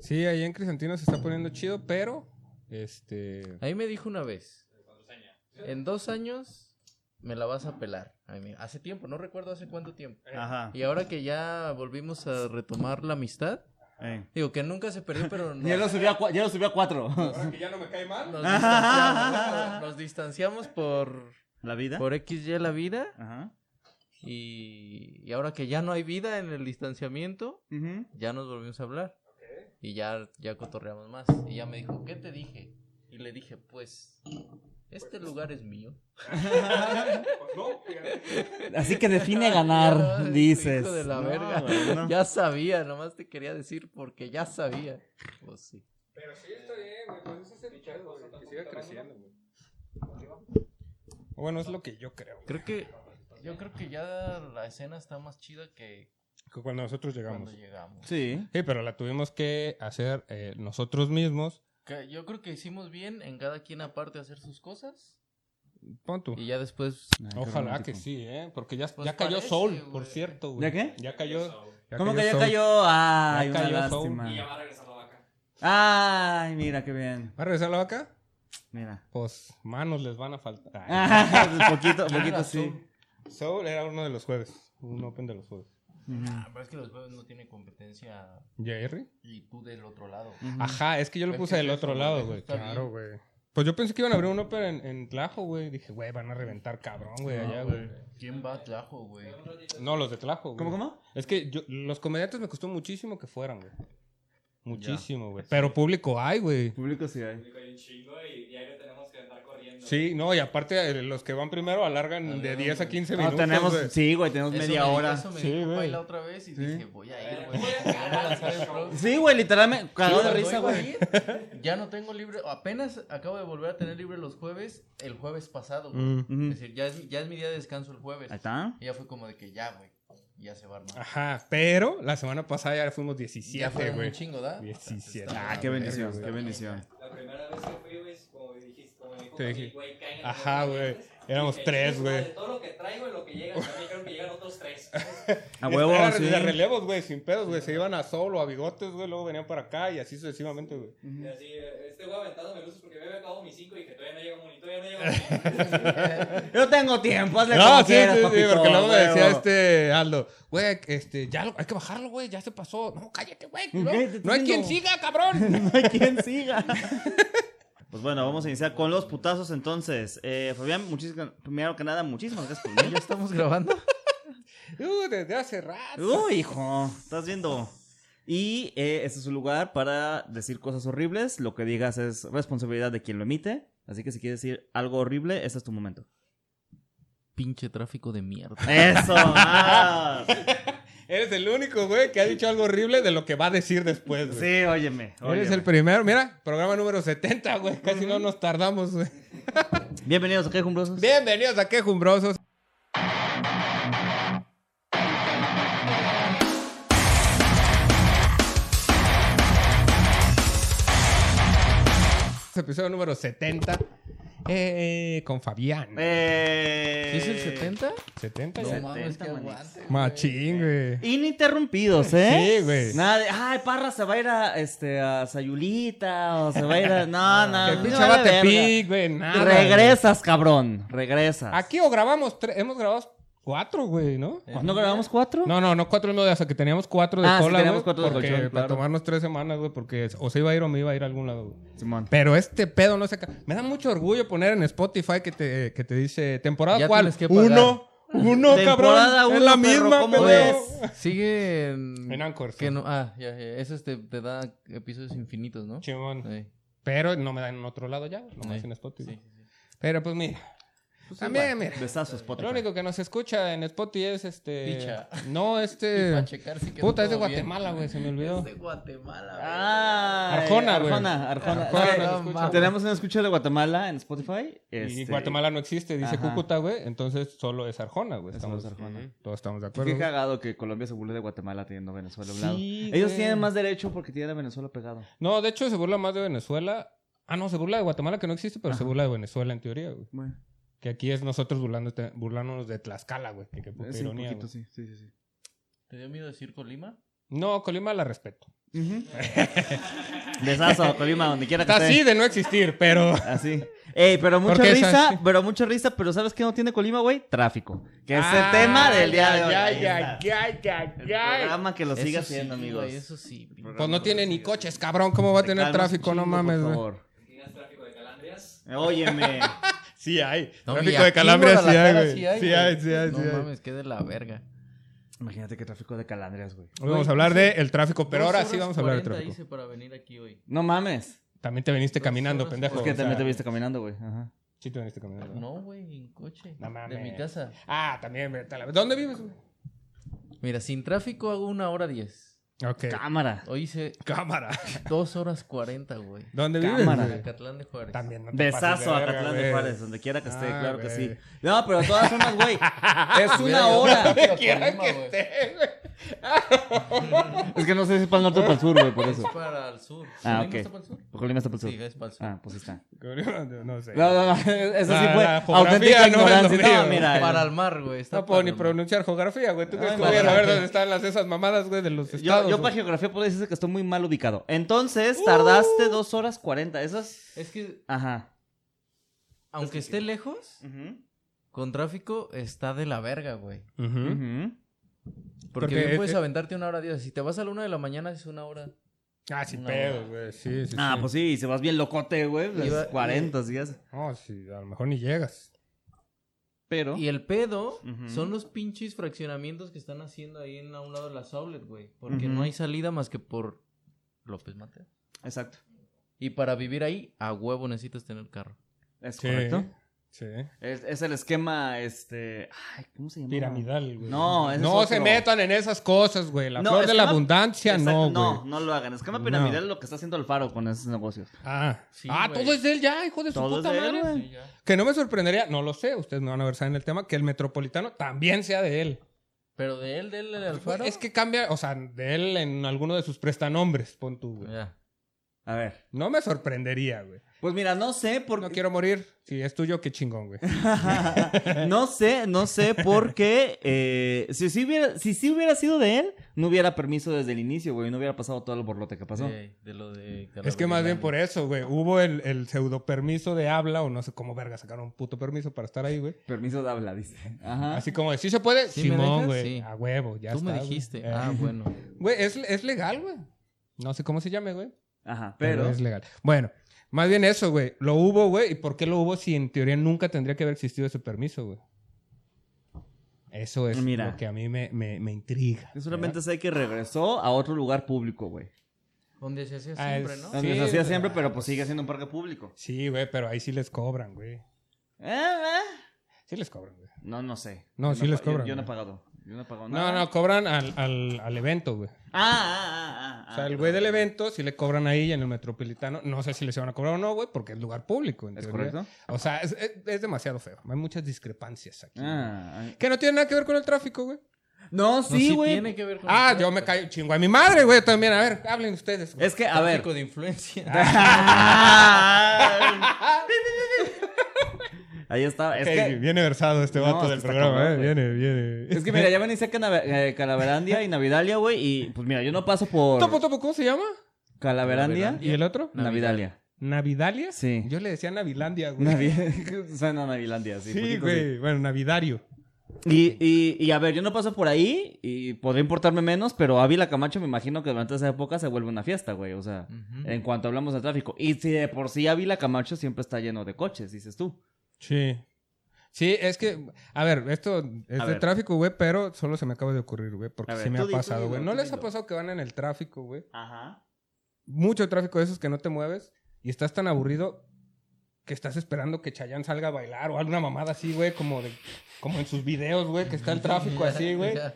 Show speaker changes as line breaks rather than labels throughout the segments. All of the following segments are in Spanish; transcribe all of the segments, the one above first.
Sí, ahí en Crisantino se está poniendo chido, pero este
Ahí me dijo una vez. En dos años me la vas a pelar. Ay, me- Hace tiempo, no recuerdo hace cuánto tiempo.
Ajá.
Y ahora que ya volvimos a retomar la amistad,
ey.
digo que nunca se perdió, pero nos,
Ya lo subió a, cua- ya lo subió a cuatro.
ahora que ya no me cae mal.
nos distanciamos, nos distanciamos por,
¿La vida?
por XY la vida.
Ajá.
Y, y ahora que ya no hay vida en el distanciamiento,
Ujú.
ya nos volvimos a hablar. Y ya, ya cotorreamos más. Y ya me dijo, ¿qué te dije? Y le dije, pues, este lugar es mío.
pues No, fíjate.
Así que define
Ya,
ganar,
hijo
dices.
de la
No,
verga.
güey, no.
Ya sabía, nomás te quería decir porque ya sabía. Pues sí.
pero sí está bien, güey, pues ese es el pedo, güey, que siga creciendo, güey. Bueno, es lo que yo creo.
Creo que, yo creo que ya la escena está más chida que
que Cuando nosotros
cuando
llegamos.
llegamos.
Sí.
Sí, pero la tuvimos que hacer eh, nosotros mismos.
Que yo creo que hicimos bien en cada quien aparte hacer sus cosas.
Pon tú.
Y ya después...
Ay, Ah, qué
Ojalá
romántico.
que sí, ¿eh? Porque ya,
Pues
ya cayó
parece,
Soul,
güey.
por cierto, güey.
¿Ya qué?
Ya cayó. ya
¿Cómo que ya
Soul.
cayó? Ay,
Ya
una
cayó Soul.
lástima.
Y ya va a regresar la vaca.
Ay, mira qué bien.
¿Va a regresar la vaca?
Mira.
Pues manos les van a faltar.
Ah. poquito, poquito sí.
Soul era uno de los jueves. Un open de los jueves.
Ah, pero es que los jueves no tiene competencia
¿Jerry?
y tú del otro lado.
Ajá, es que yo lo
Es
puse
que
del
es
otro
eso,
lado,
güey,
güey.
está bien.
Claro, güey. Pues yo pensé que iban a abrir un open en, en Tlajo, güey. Dije, güey, van a reventar cabrón, güey, allá, güey.
¿Quién va a Tlajo, güey?
No, los de Tlajo, güey.
¿Cómo, cómo?
Es que yo- los comediantes me costó muchísimo que fueran, güey. Muchísimo, güey. Pero público hay, güey.
Público sí hay.
Público hay un chingo y diario tenemos que andar corriendo.
Sí, no, y aparte eh, los que van primero alargan de
Alargan,
10 a
güey.
15
No,
minutos.
tenemos,
güey.
sí, güey, tenemos
Eso
media
me dijo-
hora.
Eso me
Sí,
dijo
güey.
Paila otra vez y dije, voy a ir, güey.
Sí, güey, literalmente, cagado de
Cuando
risa,
iba a
güey.
ir, Ya no tengo libre, apenas acabo de volver a tener libre los jueves, el jueves pasado, güey.
Mm.
Ujú.
Es decir, ya es, ya es mi día de descanso el jueves.
Ahí está.
Y ya fue como de que ya, güey, ya se va a armar.
Ajá, pero la semana pasada ya fuimos
ya
17,
fue un
Ah, güey.
chingo, ¿da?
17.
Ah, qué bendición, qué bendición.
La primera vez que fui, güey, es como dijiste, como me dijo,
Te
Javi,
dije.
güey, caen en
Ajá,
los
güey.
dientes.
Éramos
Dije,
tres,
"Chingo, De
güey.
todo lo que traigo y lo que llega, también creo que llegan otros tres.
A huevo,
Era
sí.
de relevos, güey, sin pedos, güey. Se iban a solo, a bigotes, güey. Luego venían para acá y así sucesivamente, güey.
Y así, eh, este güey aventándome luces porque me había acabado mis cinco y dije, todavía no llega monito, todavía no llega monito.
Yo tengo tiempo, hazle
No,
como
sí,
quieras,
sí, sí,
papito,
porque luego me
a
decía
huevo.
este Aldo, güey, este, ya lo- hay que bajarlo, güey, ya se pasó. No, cállate, güey. No,
Güey, te
no hay quien
estoy viendo.
siga, cabrón.
No hay quien siga. Pues bueno, vamos a iniciar con los putazos entonces. Eh, Fabián, muchísimas, primero que nada, muchísimas gracias por venir.
¿Estamos grabando?
Uh, desde hace rato.
Uy, hijo, estás viendo. Y eh, este es un lugar para decir cosas horribles. Lo que digas es responsabilidad de quien lo emite. Así que si quieres decir algo horrible, este es tu momento.
Pinche tráfico de mierda.
Eso. ah.
Eres el único, güey, que ha dicho algo horrible de lo que va a decir después, güey.
Sí, óyeme.
Eres
óyeme.
el primero. Mira, programa número 70, güey. Casi no nos tardamos, güey.
Bienvenidos a Qué Jumbrosos.
Bienvenidos a Quejumbrosos. Este Episodio número 70. eh, con Fabián.
Eh,
¿Es el 70?
70
No
ya.
mames,
70,
que
manix.
aguante. güey.
Machín, güey.
Ininterrumpidos, ¿eh?
Sí, güey.
Nada de, ay, Parra se va a ir a, este, a Sayulita o se va a ir a... No, no,
Ah, Que el
Ah, no
pinche
vale
Batepic,
verga.
güey. Ah, Nada.
Regresas, cabrón, regresas.
güey. Aquí o grabamos tres. Hemos grabado cuatro, güey, ¿no?
¿No grabamos cuatro?
No, no, no cuatro y medio, o sea que teníamos cuatro de
Eh. Ah, sí,
cola, güey,
teníamos cuatro de
porque
colchón,
para
claro.
tomarnos tres semanas, güey, porque o se iba a ir o me iba a ir a algún lado, güey.
Simón.
Pero este pedo no se acaba. Me da mucho orgullo poner en Spotify que te, que te dice temporada
Ya
cuál.
tienes que pagar.
uno, uno,
Temporada
cabrón. es
uno,
la
perro,
misma,
¿cómo
pendejo. Pues
Oye,
ves?
sigue en...
En Anchor, sí.
que no, ah, ya, ya. Eso te, te da episodios infinitos, ¿no?
Chimón.
Sí.
Pero no me dan en otro lado ya, güey, nomás
Sí.
en Spotify.
Sí, sí, sí.
Pero pues mira, también mira.
Besazos,
Lo único que nos escucha en Spotify es este.
Picha.
No,
Y
este.
pa' checar si quedó
Puta, es de
todo bien.
Guatemala, güey, se me olvidó.
Es de Guatemala, güey.
Ah,
Arjona, güey.
Arjona,
Arjona
Arjona. Eh,
nos
no
escucha,
mames.
güey.
Tenemos un escucha de Guatemala en Spotify.
Y
este,
Guatemala no existe, dice
Ajá.
Cúcuta, güey. Entonces solo es Arjona, güey.
es
Estamos,
Salvador Arjona.
todos estamos de acuerdo.
Qué
güey.
cagado que Colombia se burle de Guatemala teniendo a Venezuela a un lado.
Sí,
Ellos
güey.
tienen más derecho porque tienen a Venezuela pegado.
No, de hecho se burla más de Venezuela. Ah, no, se burla de Guatemala que no existe, pero se burla de Venezuela en teoría, güey.
Bueno,
Que aquí es nosotros burlándote- burlándonos de Tlaxcala, güey. Que, que puta
sí, un
ironía,
poquito,
güey.
sí, sí, sí, sí.
¿Te dio miedo decir Colima?
No, Colima la respeto.
De Saso, Colima, donde quiera que
Está
esté.
así de no existir, pero.
Así. Ey, pero mucha
Porque es
risa,
así.
pero mucha risa, pero ¿sabes qué no tiene Colima, güey? Tráfico. Que es
Ah,
el tema del día de hoy.
ya,
Ahí
ya,
está.
ya, ya,
El
ya.
programa que lo
Eso
siga
sí,
haciendo,
güey,
amigos.
Eso sí. pinche.
Pues no tiene ni coches, cabrón. ¿Cómo va a
Te
tener
calmas
tráfico?
un
No
chingo,
mames,
por
güey.
favor.
¿Tienes tráfico de calandrias?
Óyeme.
Sí hay.
No, y
tráfico de
aquí,
Calambria sí hay,
Guadalajara,
güey. Sí hay, sí hay, sí hay.
No mames, qué de la verga.
Imagínate qué tráfico de calandrias, güey.
Hoy vamos a hablar del el tráfico, pero ahora sí vamos a hablar del tráfico.
hice para venir aquí hoy.
No mames.
También te viniste
Dos
caminando,
horas
pendejo.
Es que
o sea,
también te viste caminando, güey. Ajá.
Sí, te viniste caminando. ¿no?
No, güey, en coche.
No mames.
De mi casa.
Ah, también. vete a la- ¿Dónde vives? güey?
Mira, sin tráfico hago una hora diez.
Ok.
Cámara.
Hoy hice
Cámara.
dos horas cuarenta, güey.
¿Dónde
Cámara.
vives? güey?
Catlán de Juárez.
También no te pases
Besazo a
verga,
Catlán de
güey.
Juárez, donde quiera que esté,
Ah,
claro que
güey.
sí. No, pero de todas formas, güey,
Ah,
es una
Hubiera ido
hora.
rápido a
Quiera
Colima,
que
güey.
esté, güey.
Es que no sé si es para el norte o para el sur, güey, por
Es
eso.
para el sur.
Ah,
¿Colima
ok.
está para el sur?
Colima está para el sur.
Sí, es para el sur.
Ah, pues ahí está.
No sé.
No, no, no, eso sí
La-
fue
Ah, la geografía
auténtica
no es lo
ignorancia.
mío,
No,
güey.
mira,
para el mar, güey. Está
No puedo
para
ni
el mar.
pronunciar geografía, güey. ¿Tú crees
Ay,
que voy a ver
madre.
dónde están las esas mamadas, güey, de los estados?
yo, yo
güey?
para geografía puedo decirse que estoy muy mal ubicado. Entonces, tardaste dos horas cuarenta. Eso es...
Es que,
Ajá.
aunque esté lejos, con tráfico está de la verga, güey.
Ujú.
Ujú.
Porque,
Porque eh,
bien
es-
puedes
es-
aventarte una hora diez. Si te vas a la una de la mañana es una hora.
Ah, sin
No.
pedos, güey. Sí, sí,
Ah,
sí.
pues sí, si vas bien locote, güey, las
Iba-
40 días.
No, sí, a lo mejor ni llegas.
Pero...
Y el pedo
Ujú.
son los pinches fraccionamientos que están haciendo ahí en a un lado de las outlet, güey. Porque
Ujú.
no hay salida más que por López Mateo.
Exacto.
Y para vivir ahí, a huevo necesitas tener carro.
Es
Sí.
correcto.
Sí.
Es, es el esquema, este... Ay, ¿cómo se llama?
Piramidal, güey.
No, ese es
No se
otro.
metan en esas cosas, güey. La
No,
flor de la
esquema-
abundancia,
Exacto,
no, güey.
no, no lo hagan. Esquema piramidal
No.
es lo que está haciendo Alfaro con esos negocios.
Ah,
Sí,
ah
güey.
todo es de él ya, hijo de su
Todo es
puta
de él,
madre.
güey.
que no me sorprendería, no lo sé, ustedes me van a versar en el tema, que el metropolitano también sea de él.
Pero de él, de él, de Alfaro.
Pues, Es que cambia, o sea, de él en alguno de sus prestanombres, pon tú, güey.
Ya.
A ver.
No me sorprendería, güey.
Pues mira, no sé por
No quiero morir. Si es tuyo, qué chingón, güey.
no sé, no sé por qué. eh, si, sí hubiera, si sí hubiera sido de él, no hubiera permiso desde el inicio, güey. No hubiera pasado todo el borlote que pasó.
De, de lo de
Es que más bien por eso, güey. Hubo el, el pseudo permiso de habla, o no sé cómo verga sacaron un puto permiso para estar ahí, güey.
Permiso de habla, dice. Ajá.
Así como de, ¿sí se puede?
Ah. ¿Sí me
Simón,
dejas?
güey.
Sí.
A huevo, ya
Tú
está.
me
güey.
dijiste.
Eh,
Ah, bueno.
Güey, es, es legal, güey. No sé cómo se llame, güey.
Ajá,
Pero,
pero.
es legal. Bueno, más bien eso, güey. Lo hubo, güey. ¿Y por qué lo hubo si en teoría nunca tendría que haber existido ese permiso, güey? Eso es
Mira.
lo que a mí me, me, me intriga.
Yo solamente sé que regresó a otro lugar público, güey.
Donde se hacía
Ah,
siempre,
es-
¿no?
Donde
Sí,
se hacía
güey.
siempre, pero pues sigue siendo un parque público.
Sí, güey, pero ahí sí les cobran, güey.
Eh, eh.
Sí les cobran, güey.
No, no sé.
No,
Yo
sí
he
les
pa- yo-
cobran,
Yo, no he
güey.
pagado. Yo no he pagado
No,
nada.
no, cobran al, al, al evento, güey.
Ah, ah, ah, ah.
o sea, el
ah,
güey del E
perdón.
evento, si le cobran ahí en el metropolitano, no sé si les van a cobrar o no, güey, porque es lugar público. en
¿Es
teoría.
correcto?
O sea, es, es- es demasiado feo. Hay muchas discrepancias aquí.
Ah, ay.
Que no tiene nada que ver con el tráfico, güey.
No,
No,
sí, güey.
tiene que ver con
Ah,
el
yo me
tráfico.
caigo chingo a mi madre, güey, también. A ver, hablen ustedes. güey.
Es que, a ver.
Tráfico de influencia.
Ah,
Ahí estaba. Es
Ok,
que,
viene versado este
No,
vato
es que
del
está
programa,
cabrón,
eh.
güey.
Viene, viene.
es que mira, ya van y sacan a- eh, Calaverandia y Navidalia, güey. Y pues mira, yo no paso por
Topo, topo, ¿cómo se llama?
Calaverandia
¿Y el otro?
Navidalia.
¿Navidalia?
Sí.
Yo le decía Navilandia, güey.
Navi- Suena a Navilandia, sí.
Sí,
poquito,
güey. Bueno, Navidario.
Y, y, y a ver, yo no paso por ahí y podría importarme menos, pero Ávila Camacho me imagino que durante esa época se vuelve una fiesta, güey. O sea,
Ujú.
en cuanto hablamos de tráfico. Y si de por sí Ávila Camacho siempre está lleno de coches, dices tú.
Sí. Sí, es que, a ver, esto es
A
de
ver.
tráfico, güey, pero solo se me acaba de ocurrir, güey, porque
A ver,
se me
tú
ha
di, tú
pasado,
dilo,
güey. ¿No
tú
les
dilo.
ha pasado que van en el tráfico, güey?
Ajá.
Mucho tráfico de esos que no te mueves y estás tan aburrido que estás esperando que Chayanne salga a bailar o alguna mamada así, güey, como de como en sus videos, güey, que está el tráfico así, güey.
Ya.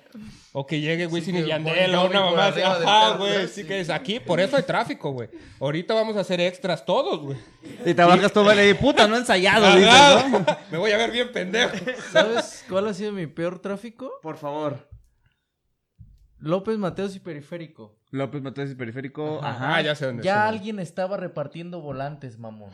O que llegue Wisin
que
y
Bon
Yandel o
Jovi
una
por
mamá así.
arriba del
Ajá,
carro,
güey.
sí.
Sí que es aquí. Por eso hay tráfico, güey. Ahorita vamos a hacer extras todos, güey.
Y te bajas tú, vale, y puta, no he ensayado, Ah, dices,
Ajá.
¿no?
Me voy a ver bien pendejo.
¿Sabes cuál ha sido mi peor tráfico?
Por favor.
López Mateos y Periférico.
López Mateos y Periférico. Ajá.
Ah, ya sé dónde.
Ya
sí.
alguien estaba repartiendo volantes, mamón.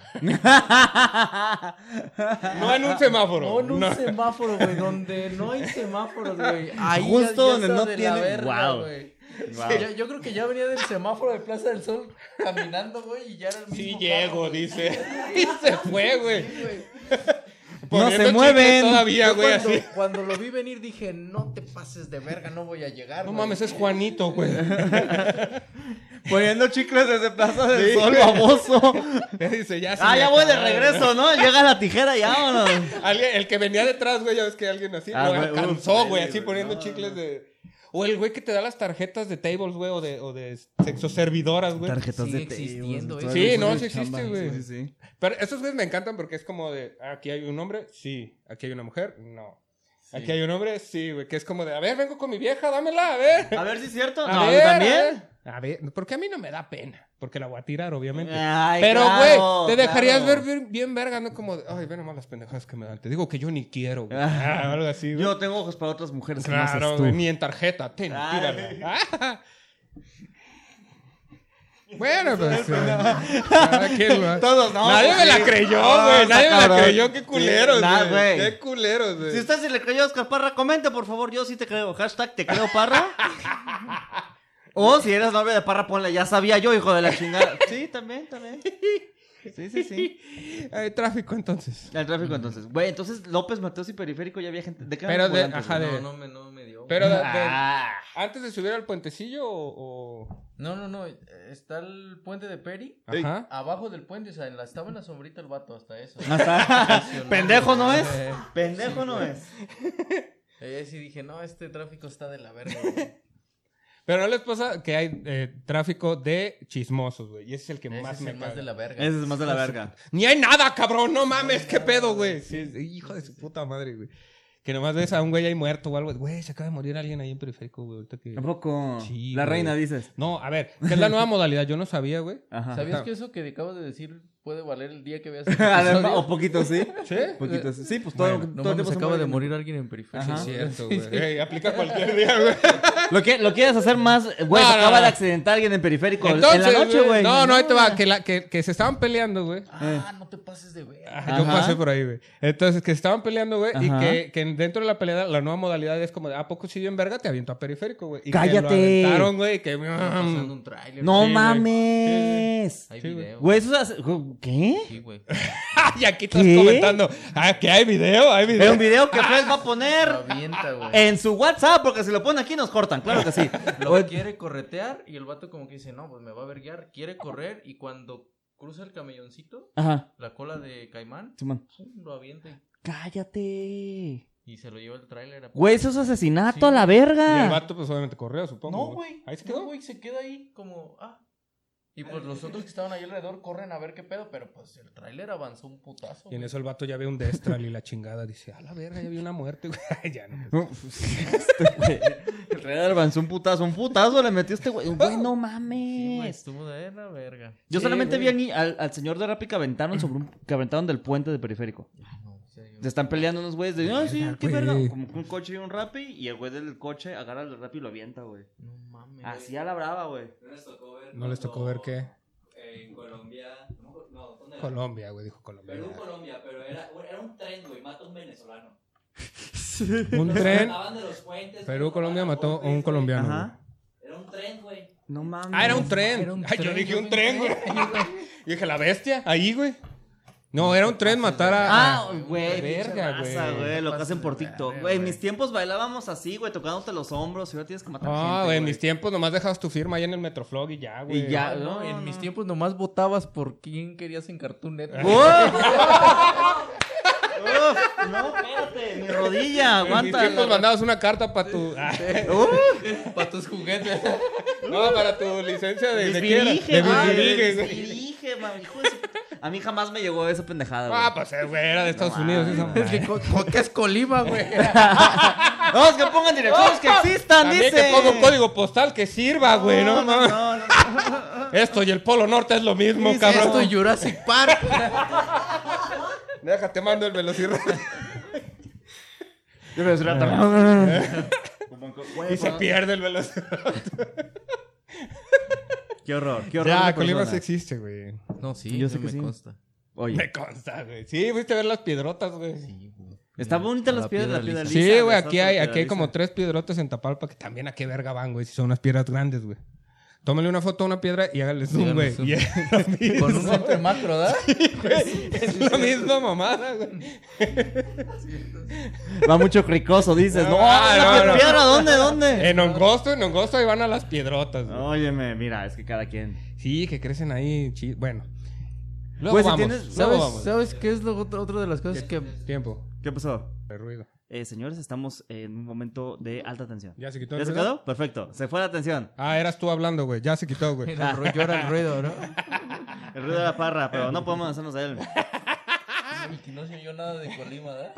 No en un semáforo.
No en un
No.
semáforo, güey, donde no hay semáforos, güey. Ahí
Justo
ya- ya
donde
está
no
de la
tiene-
verga,
Wow.
güey.
Wow.
Ya- yo creo que ya venía del semáforo de Plaza del Sol caminando, güey, y ya era el mismo.
Sí
carro,
llego,
güey.
dice. Y se fue, güey.
Sí, güey.
Poniendo
se
chicles
mueven.
Todavía,
Yo
güey,
cuando,
así.
cuando lo vi venir dije, no te pases de verga, no voy a llegar.
No
güey".
mames, es Juanito, güey.
Poniendo chicles desde Plaza del
Sí.
Sol, baboso.
Dice, ya se
Ah,
me
ya voy de
acabaron.
regreso, ¿no? Llega la tijera y vámonos.
Alguien- el que venía detrás, güey, ya ves que alguien así
Ah,
lo
güey,
alcanzó,
uf,
güey, así
güey,
poniendo
no,
chicles
no.
de. O el güey que te da las tarjetas de tables, güey, o de, o de sexoservidoras, güey.
Tarjetas
Sigue
de Tebas,
existiendo
todo
eso.
el
Sí,
mundo
no,
de
sí
chamba.
existe, güey.
Sí, sí, sí.
Pero esos güeyes me encantan porque es como de, ah, aquí hay un hombre, sí. Aquí hay una mujer, no. Aquí hay un hombre, sí, güey, que es como de, a ver, vengo con mi vieja, dámela, a ver.
A ver si es cierto.
A
No,
ver,
también.
A ver, porque a mí no me da pena, porque la voy a tirar, obviamente.
Ay,
Pero, güey,
claro,
te dejarías
claro.
ver bien, bien verga, ¿no? Como, de, ay, ve nomás las pendejadas que me dan. Te digo que yo ni quiero, güey. Ah, algo así, güey.
Yo tengo ojos para otras mujeres. que no seas
Claro,
tú.
güey, ni en tarjeta, ten,
Ay.
tírala. Ah. Bueno, pues. eh, cada quien lo hace.
Todos, no,
Nadie
pues,
me
sí.
la creyó,
No,
güey.
está
Nadie me la
cabrón.
creyó. Qué culeros,
Sí, nah,
güey.
güey.
Qué culeros, güey.
Si usted se le creyó a Oscar Parra, comente, por favor. Yo sí te creo. Hashtag te creo, Parra. o si eres novia de Parra, ponle. Ya sabía yo, hijo de la chingada. Sí, también, también. Sí, sí, sí.
Hay tráfico entonces.
El tráfico, entonces. Güey, entonces López Mateos y Periférico ya había gente. ¿De qué
Pero de-
ambulantes,
ajá,
güey?
de-
No, no me, no me dio.
Pero de- de-
Ah.
antes de subir al puentecillo o. o-
No, no, no. Está el puente de Peri.
Ajá.
Abajo del puente, o sea, en la- estaba en la sombrita el vato hasta eso.
Hasta-
Impresionante,
Ah, Pendejo no
güey.
es. Pendejo no es.
Eh, sí dije, no, este tráfico está de la verga. güey".
Pero no les pasa que hay eh, tráfico de chismosos, güey. Y ese es el que
Ese
más
es
me
el más
caga.
de la verga.
Ese es más de la verga.
Ni hay nada, cabrón, no mames, qué pedo, güey. Sí, sí, hijo de su puta madre, güey. Que nomás ves a un güey ahí muerto o algo. Güey, se acaba de morir alguien ahí en periférico, güey. Ahorita que...
Tampoco.
Sí,
la
güey.
reina, dices.
No, a ver, ¿qué es la nueva modalidad? Yo no sabía, güey.
Ajá.
¿Sabías que eso que acabas de decir puede valer el día que veas? el
Además,
episodio?
o poquito, sí.
¿Sí?
Poquito, sí. Sí, pues todo,
Bueno,
todo
No
el
mames,
tiempo se
acaba
mueve.
de morir alguien en periferia.
Ajá.
Es cierto, güey. Ey, aplica cualquier día, güey.
Lo, que, lo quieres hacer más. Güey,
No,
se
no,
acaba
no.
de accidentar alguien en periférico. en la
Entonces,
noche, güey. Ah.
No, no, ahí te va. Que, la, que, que se estaban peleando, güey.
Eh.
Ah, no te pases de verga.
Ajá, Yo
Ajá.
pasé por ahí, güey. Entonces, que se estaban peleando, güey. Y
Ajá.
que, que dentro de la pelea, la nueva modalidad es como de, ¿a poco si bien verga te aviento a periférico, güey? Y Que
¡Cállate!
lo aventaron, güey. y Que... mm,
Está pasando un tráiler.
Mm. No
güey.
Sí, güey.
mames.
Hay
Sí, güey.
video.
Güey, eso es. hace- ¿Qué?
Sí, güey.
y aquí estás
¿Qué?
comentando. Ah, que hay video, hay
Es
video.
un video que Fred va a
Lo
poner
avienta, güey.
en su WhatsApp, porque si lo pone aquí nos cortan, claro que sí.
Lo quiere corretear y el vato como que dice, no, pues me va a verguear. Quiere correr y cuando cruza el camelloncito,
Ajá,
la cola de caimán,
Simón.
pum, lo avienta y,
Cállate.
y se lo lleva el tráiler. a-
Güey, eso es asesinato
Sí,
a
Y
la
el
verga.
vato, pues obviamente corrió, supongo.
No, güey.
Ahí se
No,
quedó.
güey, se queda ahí como, ah. Y pues los otros que estaban ahí alrededor corren a ver qué pedo, pero pues el tráiler avanzó un putazo.
Y en
güey.
eso el vato ya ve un destral y la chingada dice, a la verga, ya vi una muerte, güey. Ay, ya no. pues.
este El Red avanzó un putazo, un putazo le metió este güey. Güey, no
Sí, güey,
mames.
estuvo de la verga.
Yo
Sí,
solamente vi
güey.
al, ni- al, al señor de Rappi que aventaron sobre un, que aventaron del puente de periférico.
Ah, no, o sea, yo-
Se están peleando unos güeyes de, ah, sí,
Verga,
qué verga.
güey.
Como que un coche y un Rappi y el güey del coche agarra el Rappi y lo avienta, güey.
No mames.
Así a la brava, güey.
No les tocó ver.
No les tocó ver
cuando,
qué.
eh, En Colombia. No, no, ¿dónde era?
Colombia, güey, dijo Colombia.
Perú, Colombia, pero era, era un tren, güey. Mató a un venezolano.
Un
Los
tren.
mataban de los puentes,
Perú,
los
Colombia
mataban
mató a
golpes,
un colombiano.
Ajá.
güey.
güey. Era un tren, güey.
No mames.
Ah, era un tren.
Era un
Ay, yo
tren,
dije
yo
un
me-
tren, güey. Yo dije, la bestia, ahí, güey. No, era un tren matar a.
Ah, güey,
verga,
verga, güey.
güey.
Lo que hacen por
Pases de
TikTok.
verga,
Güey, en
güey.
mis tiempos bailábamos así, güey, tocándote los hombros y ahora tienes que matar
Ah,
gente,
güey, en mis tiempos nomás dejabas tu firma ahí en el Metroflog y ya, güey.
Y ya.
Ah, no,
No,
en
no.
mis tiempos nomás votabas por quién querías en Cartoon Network.
¡Oh! Uf, no, espérate, mi rodilla,
En mis
aguanta.
tiempos mandabas una carta para tu. Ah,
¡Uh!
Para tus juguetes.
no, para tu licencia de. de qué era?
Desvirige,
De
güey.
Virige, güey.
Desvirige, man, hijo de su- A mí jamás me llegó esa pendejada,
Ah,
güey.
pues eh, güey, era de Estados
No
Unidos.
mames.
Esa
es
madre.
que co- co- que es Colima, güey.
Vamos, que pongan direcciones que existan,
ah, También
dice.
que ponga un código postal que sirva, güey, no, mames.
no, no.
Esto y el Polo Norte es lo mismo,
Sí, sí,
cabrón.
Esto es Jurassic Park.
Déjate, mando el velociraptor.
Yo me desvelo también.
y se pierde el velociraptor.
Qué horror, qué horror.
Ya,
de
Colima
persona.
sí existe, güey.
No, sí,
Yo
yo
sé que
me
sí.
consta.
Oye.
Me consta, güey. Sí, fuiste a ver las piedrotas, güey.
Sí, güey.
Está bonita
La
las piedras de la
piedra
piedra
lisa.
lisa.
Sí, güey,
está
aquí hay,
la
aquí hay
piedra
como
lisa.
tres piedrotas en Tapalpa que también a qué verga van, güey, si son unas piedras grandes, güey. Tómale una foto a una piedra y hágale zoom,
Hágale
güey.
zoom.
Y es lo mismo,
Con un centro macro, ¿verdad?
güey. Es la misma mamada, güey.
Va mucho cricoso, dices.
Ah, No,
No,
no,
la
no. Eh,
piedra, ¿dónde, dónde?
En Ongosto, en Ongosto ahí van a las piedrotas, güey.
Óyeme, mira, es que cada quien.
Sí, que crecen ahí, chi- bueno. Luego
Güey, Pues, si
vamos,
tienes-
luego
¿Sabes,
vamos.
¿Sabes qué es lo otro, otra de las cosas que...
Tiempo,
¿Qué pasó?
de ruido.
Eh, señores, estamos en un momento de alta tensión.
¿Ya se quitó el
¿Ya se
ruido?
quedó? Perfecto. Se fue la atención.
Ah, eras tú hablando, güey. Ya se quitó, güey.
Era el ru- llora el ruido, ¿no?
El ruido de la parra, pero no podemos hacernos a él.
Y que no se oyó nada de Colima, ¿verdad?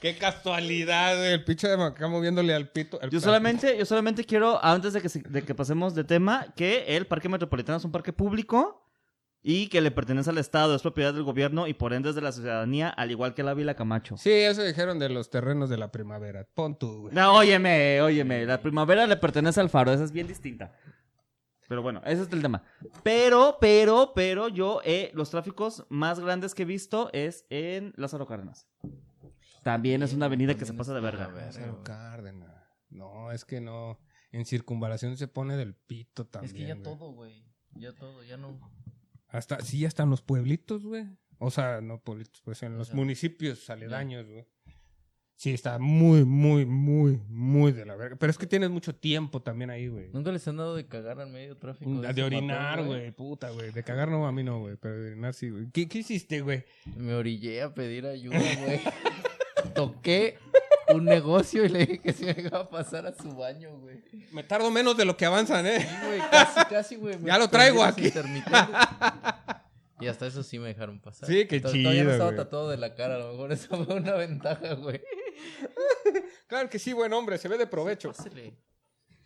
Qué casualidad, güey. El pinche de acá moviéndole al pito. al-
Yo solamente, yo solamente quiero, antes de que, se- de que pasemos de tema, que el Parque Metropolitano es un parque público y que le pertenece al Estado, es propiedad del gobierno y por ende es de la ciudadanía, al igual que la Vila Camacho.
Sí, eso dijeron de los terrenos de la primavera. Pon tú, güey.
No, óyeme, óyeme, la primavera le pertenece al faro, esa es bien distinta. Pero bueno, ese es el tema. Pero, pero, pero yo, eh, los tráficos más grandes que he visto es en Lázaro Cárdenas. También es una avenida que se pasa de verga.
Lázaro Cárdenas. No, es que no. En circunvalación se pone del pito también.
Es que ya
güey.
todo, güey. Ya todo, ya no.
Hasta, sí, hasta en los pueblitos, güey. O sea, no pueblitos, pues en los
sea,
municipios aledaños, güey. Sí, está muy, muy, muy, muy de la verga. Pero es que tienes mucho tiempo también ahí, güey.
¿Nunca les han dado de cagar al medio tráfico?
De
ese
orinar,
papel,
güey, puta, güey. De cagar no, a mí no, güey. Pero de orinar sí, güey. ¿Qué, qué hiciste, güey?
Me orillé a pedir ayuda, güey. Toqué un negocio y le dije que se me iba a pasar a su baño, güey. Sí,
Me tardo menos de lo que avanzan, ¿eh?
güey, casi, casi, güey. me
Ya lo traigo
prendí los
aquí.
intermitentes. Y hasta eso sí me dejaron pasar.
Sí, qué
To- Todavía
chido,
no estaba
güey.
tatuado de la cara, a lo mejor eso fue una ventaja, güey.
Claro que sí, buen hombre, se ve de provecho.
Pásale.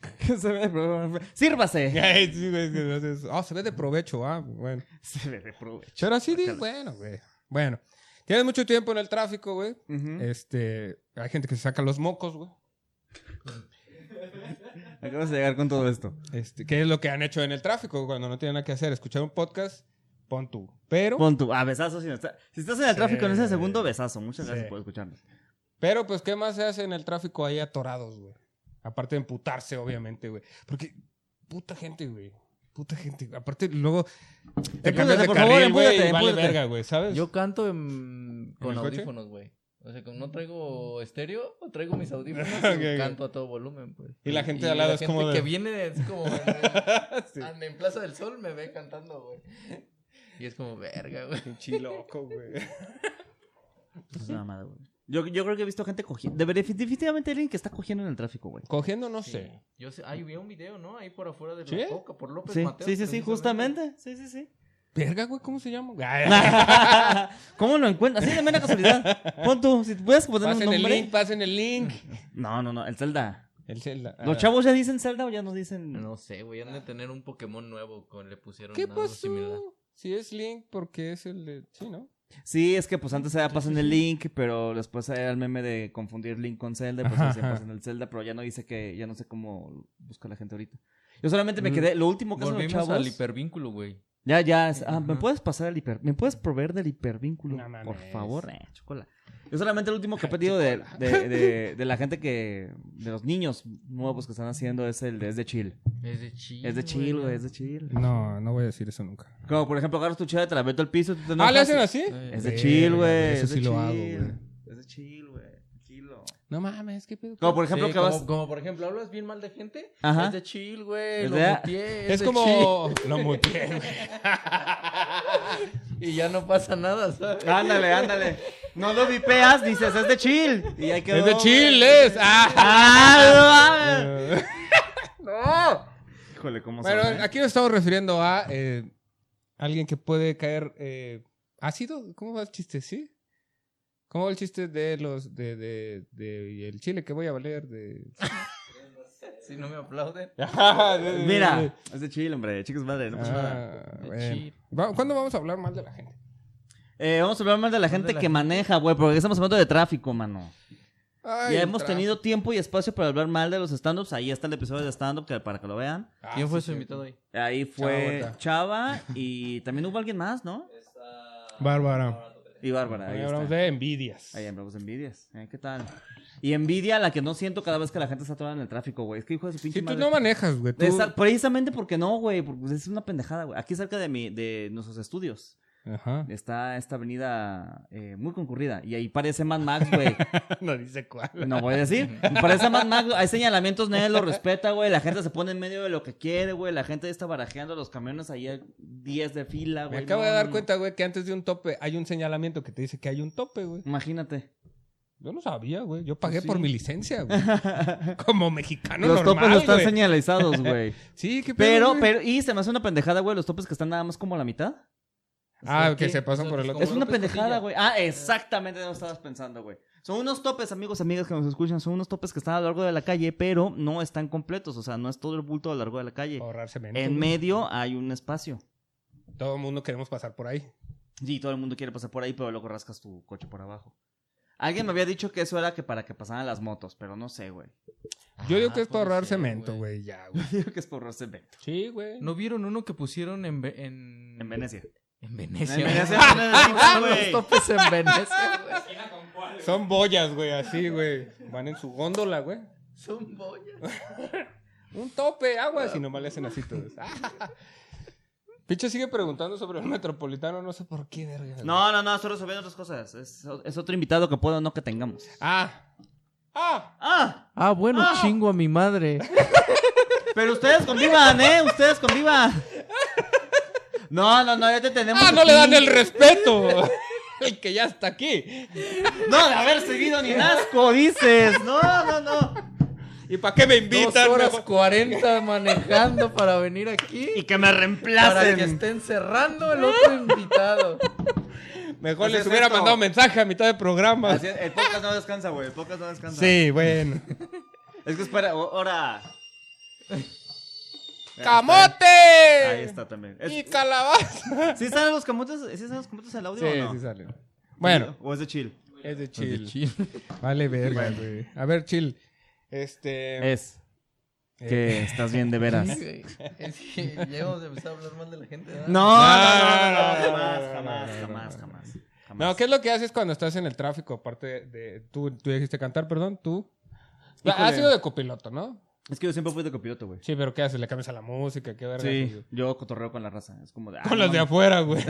Se ve- Sírvase.
Ay, sí, güey, es que no haces- Ah, se ve de provecho, ah, bueno.
Se ve de provecho.
Pero así, di-
Bacala.
bueno, güey. Bueno, tienes mucho tiempo en el tráfico, güey.
Ujú.
Este, hay gente que se saca los mocos, güey.
Acabas de llegar con todo esto.
Este, ¿qué es lo que han hecho en el tráfico cuando no tienen nada que hacer? Escuchar un podcast, pon tú. Pero,
Pon tu. Ah, besazo. Si, no está- si estás en el
Sí.
tráfico en ese segundo, besazo. Muchas
Sí.
gracias por escucharnos.
pero, pues, ¿qué más se hace en el tráfico ahí atorados, güey? Aparte de emputarse, obviamente, güey. Porque, puta gente, güey. Puta gente. Aparte, luego te
Empúdate,
cambias de
por favor,
carril, güey,
empúdate,
y vale
empúdate.
verga, güey, ¿sabes?
Yo canto en- con
el coche?
audífonos, güey. O sea, como no traigo estéreo, traigo mis audífonos y
Ok, ok.
canto a todo volumen, pues.
Y la gente de al lado
la
es como
gente
de-
que viene es como en, el-
Sí.
an- en Plaza del Sol me ve cantando, güey. Y es como, verga, güey.
Pinche loco, güey.
Es una mamada, güey. Yo, yo creo que he visto gente cogiendo. Definitivamente alguien que está cogiendo en el tráfico, güey.
Cogiendo, no
Sí.
sé.
Yo sé, ahí vi un video, ¿no? Ahí por afuera de la
¿Sí?
Coca, por López
Sí,
Mateos.
sí, sí, sí,
Pues precisamente.
justamente. Sí, sí, sí.
Verga, güey, ¿cómo se llama? Ah,
¿Cómo lo encuentras? Así de mera casualidad. Pon tú, si puedes poner un
pasen el link,
nombre.
pasen el link.
No, no, no, el Zelda.
El Zelda.
¿Los
Ah.
chavos ya dicen Zelda o ya no dicen.?
No sé, güey, han de tener un Pokémon nuevo, con, le pusieron
¿Qué
algo similar.
pasó? Si es Link, porque es el de. Sí, ¿no?
Sí, es que pues antes era pasen el link, pero después era el meme de confundir link con Zelda, y pues
Ajá,
decía
ajá.
pasen el Zelda, pero ya no dice que, ya no sé cómo busca la gente ahorita. Yo solamente me quedé, lo último que hacen los
Volvimos
chavos.
al hipervínculo, güey.
Ya, ya. es- ah, ¿Me
Ajá.
puedes pasar el hiper? ¿Me puedes proveer del hipervínculo?
No mames.
por favor, eh, chocola. Yo solamente el último que he pedido de, de, de- de la gente que. de los niños nuevos que están haciendo es el de, es de chill.
Es de chill.
Es de chill, güey,
güey.
es de chill.
No, no voy a decir eso nunca.
Como por ejemplo, agarras tu chela, te la meto al piso. y tú te
ah, ¿le
enojas
hacen
y-
así?
Eh,
Es de
Verga,
chill,
güey,
güey.
eso
es de
sí lo hago,
chill.
güey.
Es de chill, güey. Tranquilo.
No mames, qué pedo.
Como por ejemplo
Sí,
que
como,
vas.
como por ejemplo, hablas bien mal de gente.
Ajá.
Es de chill, güey.
Es
Lo
de-
muteé,
es
de
como. Lo muteé, güey.
chill. Y ya no pasa nada, ¿sabes?
Ándale, ándale. No lo vipeas, dices, es de chill. Y ahí quedó,
Es de
güey.
chill, es. Ah.
¡Ah! no mames!
Eh,
Híjole, cómo
bueno,
son, ¿eh?
aquí nos estamos refiriendo a eh, alguien que puede caer eh, ácido. ¿Cómo va el chiste? ¿Sí? ¿Cómo va el chiste de los. de. de. de. y el chile que voy a valer? De.
Si no me aplauden.
Mira, es de chill, hombre. Chicos, madre, no pasa nada.
Ah,
De
bueno.
chill.
Va- ¿Cuándo vamos a hablar mal de la gente?
Eh, vamos a hablar más de la gente
la
que
gente.
maneja, güey, porque estamos hablando de tráfico, mano.
Ay,
ya hemos
tra-
tenido tiempo y espacio para hablar mal de los stand-ups. Ahí está el episodio de stand-up que- para que lo vean.
Ah,
¿Quién fue
sí,
su
cierto.
invitado ahí?
Ahí fue
Chava Huerta.
Chava y también hubo alguien más, ¿no?
Está.
Bárbara.
Topete.
Y Bárbara.
Hoy
Ahí
hablamos
está.
de envidias.
Ahí hablamos de envidias. Eh, ¿Qué tal? Y envidia la que no siento cada vez que la gente está atorada en el tráfico, güey. Es que hijo de su pinche
Si tú
madre.
no manejas, güey. tú-
Esa- precisamente porque no, güey, porque es una pendejada, güey. Aquí cerca de mi, de nuestros estudios
Ajá.
está esta avenida eh, muy concurrida y ahí parece Mad Max, güey.
no dice cuál.
No voy a decir. Parece Mad Max, güey. hay señalamientos, nadie lo respeta, güey. La gente se pone en medio de lo que quiere, güey. La gente está barajeando los camiones ahí a 10 de fila,
Me
güey.
acabo
No,
de dar
no.
cuenta, güey, que antes de un tope hay un señalamiento que te dice que hay un tope, güey.
Imagínate.
Yo no sabía, güey. Yo pagué
Pues Sí.
por mi licencia, güey. Como mexicano
los
Ah, normal,
topes no están
güey.
señalizados, güey.
Sí, qué pedo,
Pero,
güey.
pero, y se me hace una pendejada, güey, los topes que están nada más como a la mitad.
Ah,
¿Por
que
qué?
se pasan
O sea,
por el
pues,
otro.
Es
Como
una
López Cotilla.
pendejada, güey. Ah, exactamente de lo que estabas pensando, güey. Son unos topes, amigos, amigas que nos escuchan, son unos topes que están a lo largo de la calle, pero no están completos, o sea, no es todo el bulto a lo largo de la calle.
Ahorrar cemento,
En
güey.
medio hay un espacio.
Todo el mundo queremos pasar por ahí.
Y todo el mundo quiere pasar por ahí, pero luego rascas tu coche por abajo. Alguien me había dicho que eso era que para que pasaran las motos, pero no sé, güey.
Yo digo
Ah,
que es para
puede
ahorrar
ser,
cemento, güey, ya, güey.
Digo que es por cemento.
Sí, güey.
¿No vieron uno que pusieron en... Ve- En,
En Venecia.
En
En
Venecia.
Venecia
güey?
ponen así,
Los
güey.
topes en Venecia, güey.
Esquina con cuál, güey.
Son boyas, güey, así, güey. Van en su góndola, güey.
Son boyas.
Un tope, aguas, y nomás le hacen así todos. Picho sigue preguntando sobre el metropolitano, no sé por qué, verga. güey.
No, no, no, estoy resolviendo otras cosas. Es, es otro invitado que puedo o no que tengamos.
Ah. Ah.
¡Ah!
Ah, bueno,
Ah.
chingo a mi madre.
Pero ustedes convivan, ¿eh? Ustedes convivan. No, no, no, ya te tenemos.
Ah, no le dan
aquí.
el respeto. El que ya está aquí.
No, de haber seguido ni asco, dices. No, no, no.
¿Y para qué me
Dos
invitan?
horas
mejor?
cuarenta manejando para venir aquí.
Y que me
Para que
reemplacen.
estén cerrando el otro invitado.
Mejor
Así
les
Pues es
hubiera
esto.
mandado mensaje a mitad de programa.
Así es, Este, el podcast no descansa, güey. El podcast no descansa.
Sí, bueno.
Es que espera, o- ahora.
¡Camote!
Ahí está también. Es-
¡Y calabaza!
¿Sí salen los camotes? ¿Sí salen los camotes al audio o no?
sale. Bueno,
¿O es de chill?
es de chill. Vale, verga, güey. A ver, chill. Este. eh,
Es que estás bien de veras.
Sí, güey. Es que ya vamos a empezar a hablar mal de la gente. ¿verdad?
No, no, no, no, no,
No, no,
jamás,
no, no, no,
jamás, jamás,
no,
jamás, jamás.
No, ¿qué es lo que haces cuando estás en el tráfico? Aparte de. de- tú, tú dijiste cantar, perdón, tú. Ah,
Híjole.
Has sido de copiloto, ¿no?
Es que yo siempre fui de copiloto, güey.
Sí, pero ¿qué haces? ¿Le cambias a la música? ¿Qué verga? haces,
Sí,
güey?
yo cotorreo con la raza. Es como de. ah,
Con
no
los de
mames.
afuera, güey.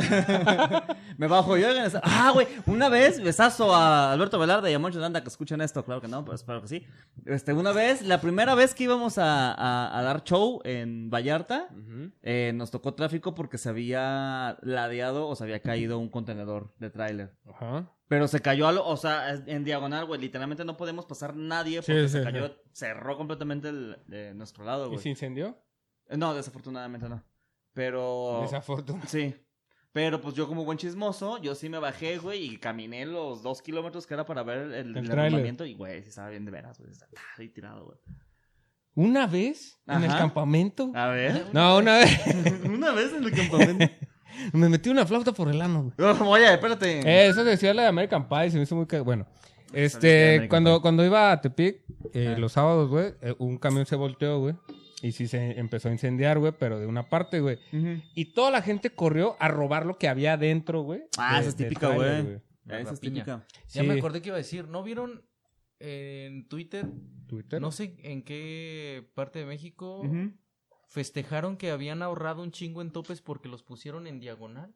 Me bajo yo. oigan, esa- Ah, güey. Una vez, besazo a Alberto Velarde y a Moncho Landa que escuchan esto. Claro que no, pero espero que sí. Este, una vez, la primera vez que íbamos a, a- a dar show en Vallarta,
Ujú.
eh, nos tocó tráfico porque se había ladeado o se había caído un contenedor de tráiler.
Ajá.
Pero se cayó a lo, o sea, en diagonal, güey. Literalmente no podemos pasar nadie
Sí,
porque
sí,
se
sí.
cayó, cerró completamente el, de nuestro lado,
¿Y
güey.
se incendió?
Eh, No, desafortunadamente no. Pero.
Desafortunadamente.
Sí. Pero pues yo como buen chismoso, yo sí me bajé, güey, y caminé los dos kilómetros que era para ver el, el,
tráiler.
derrumbamiento, Y, güey, sí estaba bien de veras, güey. Estaba ahí tirado, güey.
¿Una vez? ¿En el
Ajá. Ah.
campamento?
A ver.
No, una vez.
una vez en el campamento.
Me metí una flauta por el ano, güey.
No, oye, espérate.
Eh, eso decía la de American Pie, se me hizo muy... ca- Bueno,
que era
este,
American Pie.
cuando, cuando iba a Tepic, eh,
Ah.
los sábados, güey, eh, un camión se volteó, güey. Y sí se empezó a incendiar, güey, pero de una parte, güey.
Ujú.
Y toda la gente corrió a robar lo que había adentro, güey.
Ah,
de-
esa es
del
típica,
tráiler,
güey.
La
Esa es
rapiña.
típica.
Ya
Sí.
me acordé que iba a decir. ¿No vieron en Twitter?
Twitter.
No sé en qué parte de México
Ujú.
festejaron que habían ahorrado un chingo en topes porque los pusieron en diagonal.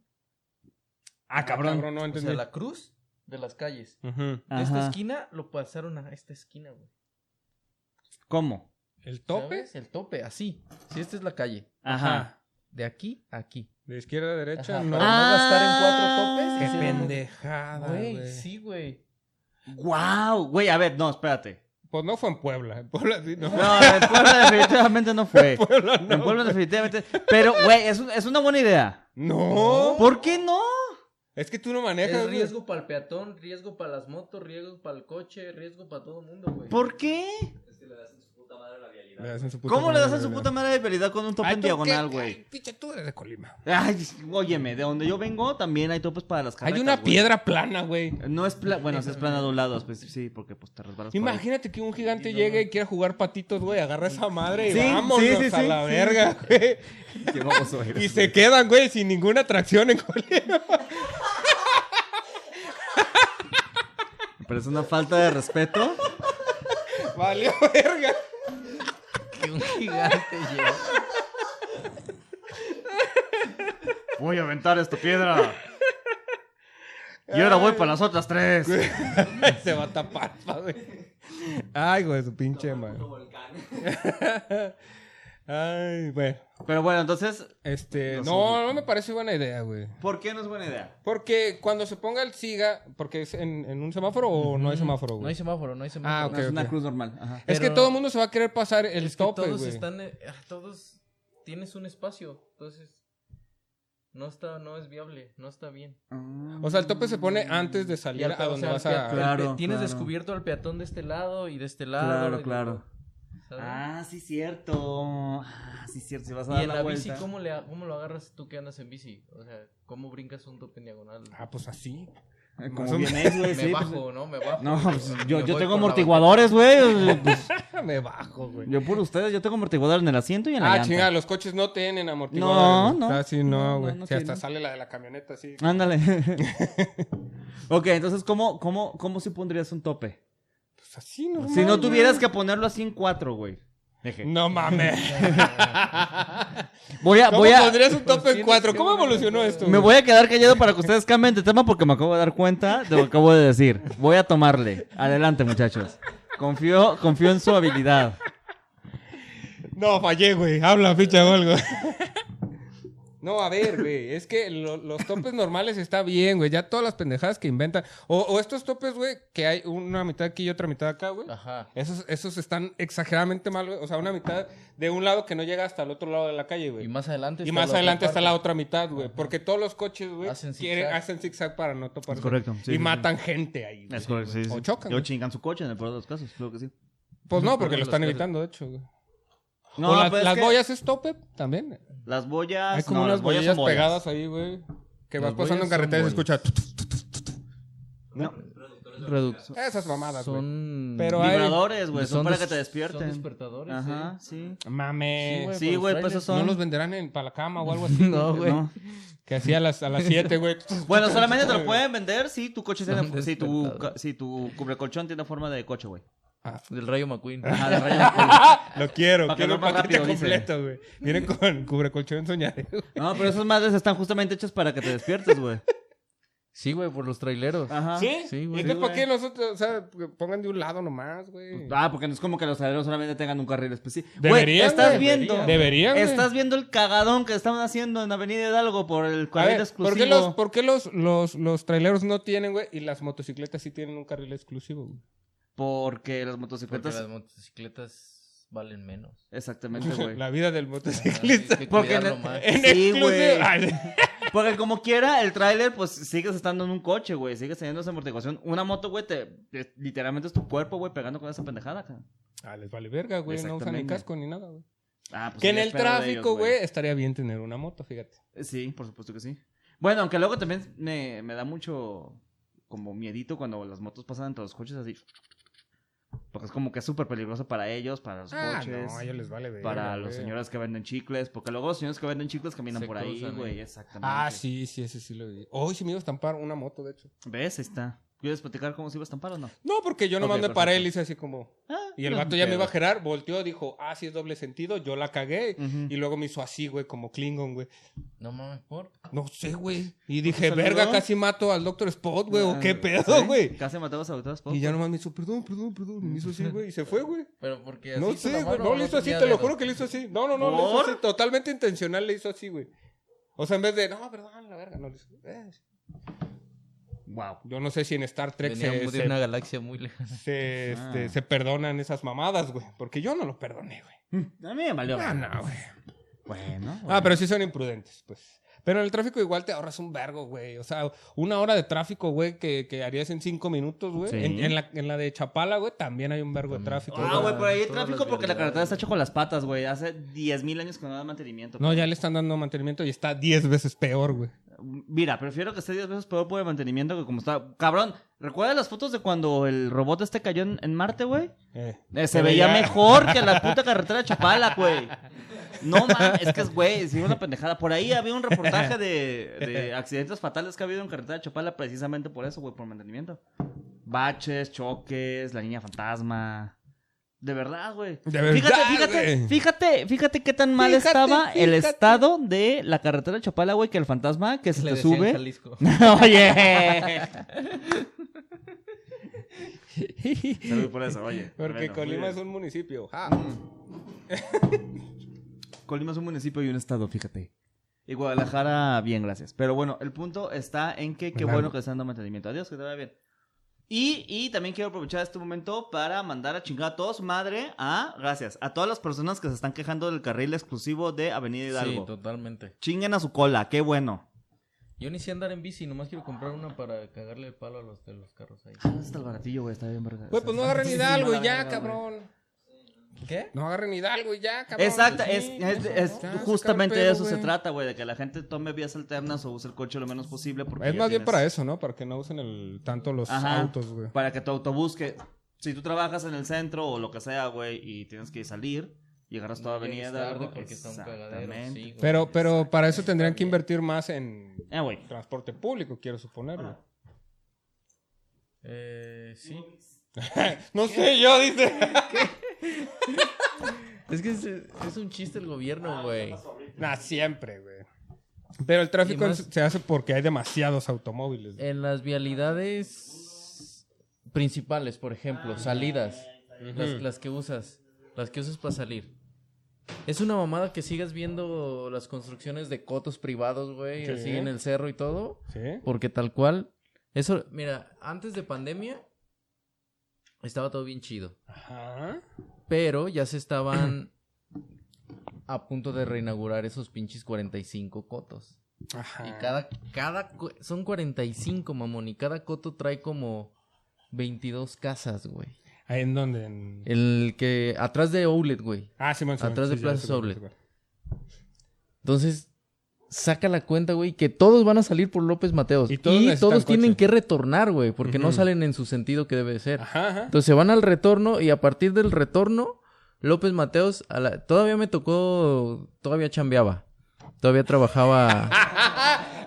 Ah, cabrón. no
O
entendí.
sea, la cruz de las calles.
Ujú.
De esta
Ajá.
esquina lo pasaron a esta esquina, güey.
¿Cómo?
¿El tope?
¿Sabes? El tope, así. Si esta es la calle.
Ajá.
De aquí a aquí.
De izquierda a derecha,
Ajá,
no.
Para no gastar en
Ah.
cuatro topes.
Qué
hicieron-
pendejada,
Güey,
güey.
sí, güey.
¡Guau! Güey, a ver, no, espérate.
Pues no fue en Puebla. En Puebla sí, no.
No, en Puebla definitivamente no fue.
Puebla no.
En Puebla definitivamente. Pero, güey, es, un- es una buena idea.
No.
¿Por qué no?
Es que tú no manejas,
Es
güey.
riesgo para el peatón, riesgo para las motos, riesgo para el coche, riesgo para todo el mundo, güey.
¿Por qué?
Es que le das en su puta madre la vialidad.
Le das en su puta
¿Cómo le
madre,
das a su
güey.
puta madre de vialidad con un tope
Ay,
en
¿tú
diagonal,
qué?
güey?
Ay, Picha, tú eres de Colima.
Ay, óyeme, de donde yo vengo también hay topes para las carretas,
Hay una
güey.
piedra plana, güey.
No es pla- bueno, sí es plana de un lado, pues, sí, porque pues te resbalas. por ahí.
Imagínate que un gigante
Sí, no,
llegue
no.
y quiera jugar patitos, güey. Agarra esa madre y
Sí,
vámonos
sí, sí,
a
sí,
la
sí.
verga, güey.
Qué baboso eres,
Y
güey.
se quedan, güey, sin ninguna atracción en Colima.
parece una falta de respeto.
Valió verga.
Que un gigante llegó.
Voy a aventar esta piedra. Y ahora voy para las otras tres.
Se va a tapar, pa, güey. Ay, güey, su pinche madre.
volcán.
Ay, bueno.
Pero bueno, entonces,
Este,
No sé.
no, no me parece buena idea, güey.
¿por qué no es buena idea?
Porque cuando se ponga el SIGA, porque es en, en un semáforo o no hay semáforo, güey.
No hay semáforo, no hay semáforo.
Ah,
No,
ok.
es una cruz normal. Ajá.
Es que
Pero-
todo el mundo se va a querer pasar el
Es que
tope,
todos
güey.
están, eh, ah, todos tienes un espacio, entonces no está, no es viable, no está bien.
O sea, el tope se pone antes de
Y
salir
al
a
pe- o
donde
sea,
vas
al pe-
a...
al pe-
Claro,
tienes
claro.
descubierto al peatón de este lado y de este
Claro,
lado. y-
claro.
¿sabes?
Ah, sí, cierto. Ah, sí, cierto. Si vas a
y
dar
en
la,
la bici,
vuelta.
¿cómo, le, ha- ¿cómo lo agarras tú que andas en bici? O sea, ¿cómo brincas un tope en diagonal?
Ah, pues así. Más
Eh, Como
o
bien es, güey.
me
sí, pues-
bajo, ¿no? Me bajo.
No, pues, yo,
Me
yo
voy
tengo
por la
amortiguadores, güey. Pues,
Me bajo, güey.
yo por ustedes, yo tengo amortiguadores en el asiento y en la
Ah,
llanta.
chingada, los coches no tienen amortiguadores.
No,
güey.
no.
Casi
No,
Ah, no,
no,
güey.
no Ah.
si hasta
tienen.
sale la de la camioneta así.
Ándale. ok, entonces, ¿cómo, cómo, cómo si pondrías un tope?
Pues así, no
Si no tuvieras que ponerlo así en cuatro, güey. Deje.
No mames.
Voy a,
¿Cómo
voy a,
pondrías un tope en
tienes
cuatro?
que
¿Cómo
poner-
evolucionó esto?
me
güey?
voy a quedar callado para que ustedes cambien de tema porque me acabo de dar cuenta de lo que acabo de decir. Voy a tomarle. Adelante, muchachos. Confío, confío en su habilidad.
No, fallé, güey. Habla, ficha o algo. No, a ver, güey. Es que lo- los topes normales está bien, güey. Ya todas las pendejadas que inventan. O, o estos topes, güey, que hay una mitad aquí y otra mitad acá, güey.
Ah.
Ajá.
Esos, esos están exageradamente mal, güey. O sea, una mitad de un lado que no llega hasta el otro lado de la calle, güey.
Y más adelante
Y más
otra
adelante está
parte.
la otra mitad, güey. Porque todos los coches, güey,
Hacen
quieren-
zigzag.
hacen zigzag para no toparse.
Es correcto, sí,
y
sí,
matan gente ahí, güey.
Es correcto, sí, sí.
O chocan,
Y o
güey.
chingan su coche en el peor de los casos, creo que sí.
Pues no, porque
Los
lo están
carros.
evitando, de hecho, güey.
No,
O la-
pues es
las
que
boyas es tope también.
Las boyas.
Hay como
no,
unas
las boyas
bolillas
son boyas.
pegadas ahí, güey. Que
Las
vas pasando
boyas
en carretera y se
son
escucha.
No,
Reducción.
Esas mamadas, güey.
Son.
Pero hay-
vibradores, güey. pues, Son, para
des-
que te
Son
despierten.
despertadores.
Ajá, sí.
Mame.
güey.
Sí, güey, pues esos
No
son.
los venderán en, para la cama o algo
sí.
así.
No, güey.
No.
Que así a las, a las 7, güey.
Bueno, solamente te lo pueden vender si tu coche
Son
tiene. Si tu,
despertadores.
si tu cubrecolchón tiene forma de coche, güey.
¿eh? Del Rayo McQueen.
Ajá, de Ah, rayo McQueen.
Lo quiero,
Para que
quiero el
duerma
paquete
rápido, dice.
completo, güey. Viene con cubrecolchón soñaré. güey.
No, pero esas madres están justamente hechas para que te despiertes, güey.
Sí, güey, por los traileros.
Ajá.
¿Sí?
sí,
¿Y
güey.
entonces
Sí,
por
güey.
qué nosotros, o sea, pongan de un lado nomás, güey?
Ah, porque no es como que los aleros solamente tengan un carril específico. Güey,
Deberían,
estás
güey.
viendo.
Deberían, güey.
Estás viendo el cagadón que estaban haciendo en Avenida Hidalgo por el
A
carril
ver,
exclusivo.
¿por qué, los, ¿por qué los, los, los traileros no tienen, güey? Y las motocicletas sí tienen un carril exclusivo, güey.
Porque las
Porque
motocicletas.
las motocicletas valen menos.
Exactamente, güey.
La vida del
Hay
motociclista.
que
Porque
cuidarlo
en- eh.
más.
En
Sí,
exclusivo.
güey.
Ay,
Porque como quiera, el tráiler, pues sigues estando en un coche, güey. Sigues teniendo esa amortiguación. Una moto, güey, te, te- literalmente es tu cuerpo, güey, pegando con esa pendejada, cara.
Ah, les vale verga, güey. No usan ni
Exactamente.
casco ni nada, güey.
Ah, pues,
Que en
yo
el
espero de
tráfico,
ellos,
güey, estaría bien tener una moto, fíjate.
Sí, por supuesto que sí. Bueno, aunque luego también me, me da mucho como miedito cuando las motos pasan entre los coches así. Porque es como que es súper peligroso para ellos, para los
Ah,
coches.
no, a ellos les vale verga.
Para
güey.
los señores que venden chicles, porque luego los señores que venden chicles caminan
Se
por ahí,
cruzan,
güey,
eh.
exactamente.
Ah, sí, sí, ese sí lo vi. Hoy sí me iba a estampar una moto, de hecho.
¿Ves? Ahí está. ¿Quieres platicar cómo se iba a estampar o no?
No, porque yo nomás
Ok,
me paré y
perfecto.
le hice así como.
Ah,
Y el
no es
vato
un
ya me iba a
pedo.
gerar, volteó, dijo, ah, sí es doble sentido, yo la cagué.
Ujú.
Y luego me hizo así, güey, como Klingon, güey.
No mames, por.
No sé, güey. Y dije,
saludó?
verga, casi mato al Doctor Spot, güey, o
Ah,
qué
¿sí?
pedo, güey.
Casi matamos a todas
Y ya nomás me hizo, perdón, perdón, perdón. y Me hizo así, güey, y se fue, güey.
Pero porque así
No
con la
sé, güey.
mano
No le hizo así,
tenía
te lo
dedos.
juro que le hizo así. No, no, no, le hizo
¿Por?
así. Totalmente intencional le hizo así, güey. O sea, en vez de, no, perdón, la verga, no le hizo. eh.
Wow.
Yo no sé si en Star Trek
Venía
se,
muy de
se-
una galaxia muy lejana.
se,
Ah.
este, se perdonan esas mamadas, güey. Porque yo no lo perdoné, güey.
A mí me valió.
Ah, no, güey.
Bueno.
Ah, pero sí son imprudentes, pues. Pero en el tráfico igual te ahorras un vergo, güey. O sea, una hora de tráfico, güey, que, que harías en cinco minutos, güey.
Sí.
En, en la, en la de Chapala, güey, también hay un vergo de tráfico.
Ah,
güey.
güey, por ahí hay
Todas las
tráfico porque la
vialidades.
carretera está hecha con las patas, güey. Hace 10.000 años que no da mantenimiento.
No, ya le están dando mantenimiento y está diez veces peor, güey.
Mira, prefiero que esté 10 veces peor por el mantenimiento que como está. Cabrón, ¿recuerdas las fotos de cuando el robot este cayó en, en Marte, güey?
Eh.
Eh, se
Pero
veía
ya-
mejor que la puta carretera de Chapala, güey. No mames, es que es güey, sí, una pendejada. Por ahí había un reportaje de, de accidentes fatales que ha habido en carretera de Chapala precisamente por eso, güey, por mantenimiento. Baches, choques, la niña fantasma. De verdad, güey.
De verdad,
Fíjate, fíjate,
güey.
fíjate, fíjate qué tan mal
Fíjate,
estaba el
fíjate.
estado de la carretera de Chapala, güey, que el fantasma que se
Le
te
decían
sube.
Jalisco.
oye. Salud por eso, oye.
Porque
Bueno,
Colima
muy
es
bien.
un municipio. Ja.
Colima es un municipio y un estado, fíjate. Y Guadalajara, bien, gracias. Pero bueno, el punto está en que qué
Claro.
bueno que están dando mantenimiento. Adiós, que te vaya bien. Y, y también quiero aprovechar este momento para mandar a chingar a todos, madre, a, gracias, a todas las personas que se están quejando del carril exclusivo de Avenida
Sí,
Hidalgo.
totalmente.
Chinguen a su cola, qué bueno.
Yo ni sé andar en bici, nomás quiero comprar una para cagarle el palo a los de los carros ahí.
Ah, ¿dónde está el baratillo, güey? Está bien, verga.
Güey, pues no
Está-
agarren
Sí, sí,
Hidalgo
mala
y ya,
verga, güey.
cabrón.
¿Qué?
No agarren Hidalgo y ya, cabrón.
Exacto,
Pues
es,
sí,
es-
no,
es-
ya,
justamente
sacar
de
el
eso
pedo,
se
güey.
trata, güey, de que la gente tome vías alternas o use el coche lo menos posible. Porque
Es
ya
más bien
tienes-
para eso, ¿no? Para que no usen el, tanto los
Ajá.
autos, güey.
Para que tu autobús, que si tú trabajas en el centro o lo que sea, güey, y tienes que salir y agarras toda
No llegues
avenida.
tarde
algo,
porque está un cagadero,
exactamente.
sí, güey.
Pero, pero para eso tendrían que invertir más en
Eh, güey.
transporte público, quiero suponer, güey.
Eh, sí.
No sé, yo, dice.
Es que es, es un chiste el gobierno, güey.
Nah, siempre, güey. Pero el tráfico
Y más- Eh,
se hace porque hay demasiados automóviles. güey.
En las vialidades principales, por ejemplo, salidas, las, las que usas, las que usas para salir. Es una mamada que sigas viendo las construcciones de cotos privados, güey,
Sí.
así en el cerro y todo,
¿Sí?
porque tal cual, eso, mira, antes de pandemia estaba todo bien chido,
Ajá.
pero ya se estaban a punto de reinaugurar esos pinches 45 cotos.
Ajá.
Y cada, cada, cu- son 45, mamón, y cada coto trae como 22 casas, güey.
Ahí ¿En dónde? En...
El que, atrás de Outlet, güey.
Ah, Simón, Simón,
Eh, Atrás de
ya
Plaza
sé cuál
Soble.
es, güey.
Entonces, saca la cuenta, güey, que todos van a salir por López Mateos.
Y
Y
todos
todos,
necesitan
tienen
coche.
que retornar, güey, porque no
Ujú.
salen en su sentido que debe de ser.
Ajá, ajá.
Entonces se van al retorno y a partir del retorno, López Mateos, a la- todavía me tocó, todavía chambeaba. Todavía trabajaba.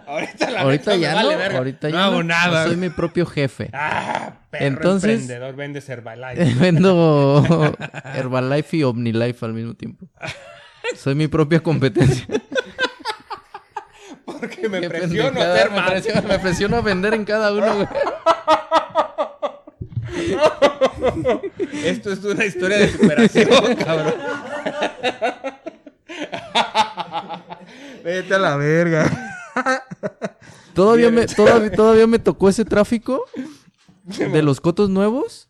Ahorita la neta
ahorita
me
ya
vale
no,
verga.
ahorita ya
no hago
no.
nada.
Soy mi propio jefe.
Ah, perro
Entonces- eh,
emprendedor, vende Herbalife.
Vendo Herbalife y OmniLife al mismo tiempo. Soy mi propia competencia.
Porque me
Qué
presiono a
pendejada,
hacer
me
más.
presiono- Me presiono a vender en cada uno, güey.
Esto es una historia de superación, cabrón. Vete a la verga.
Todavía me, todavía, todavía me tocó ese tráfico de los cotos nuevos.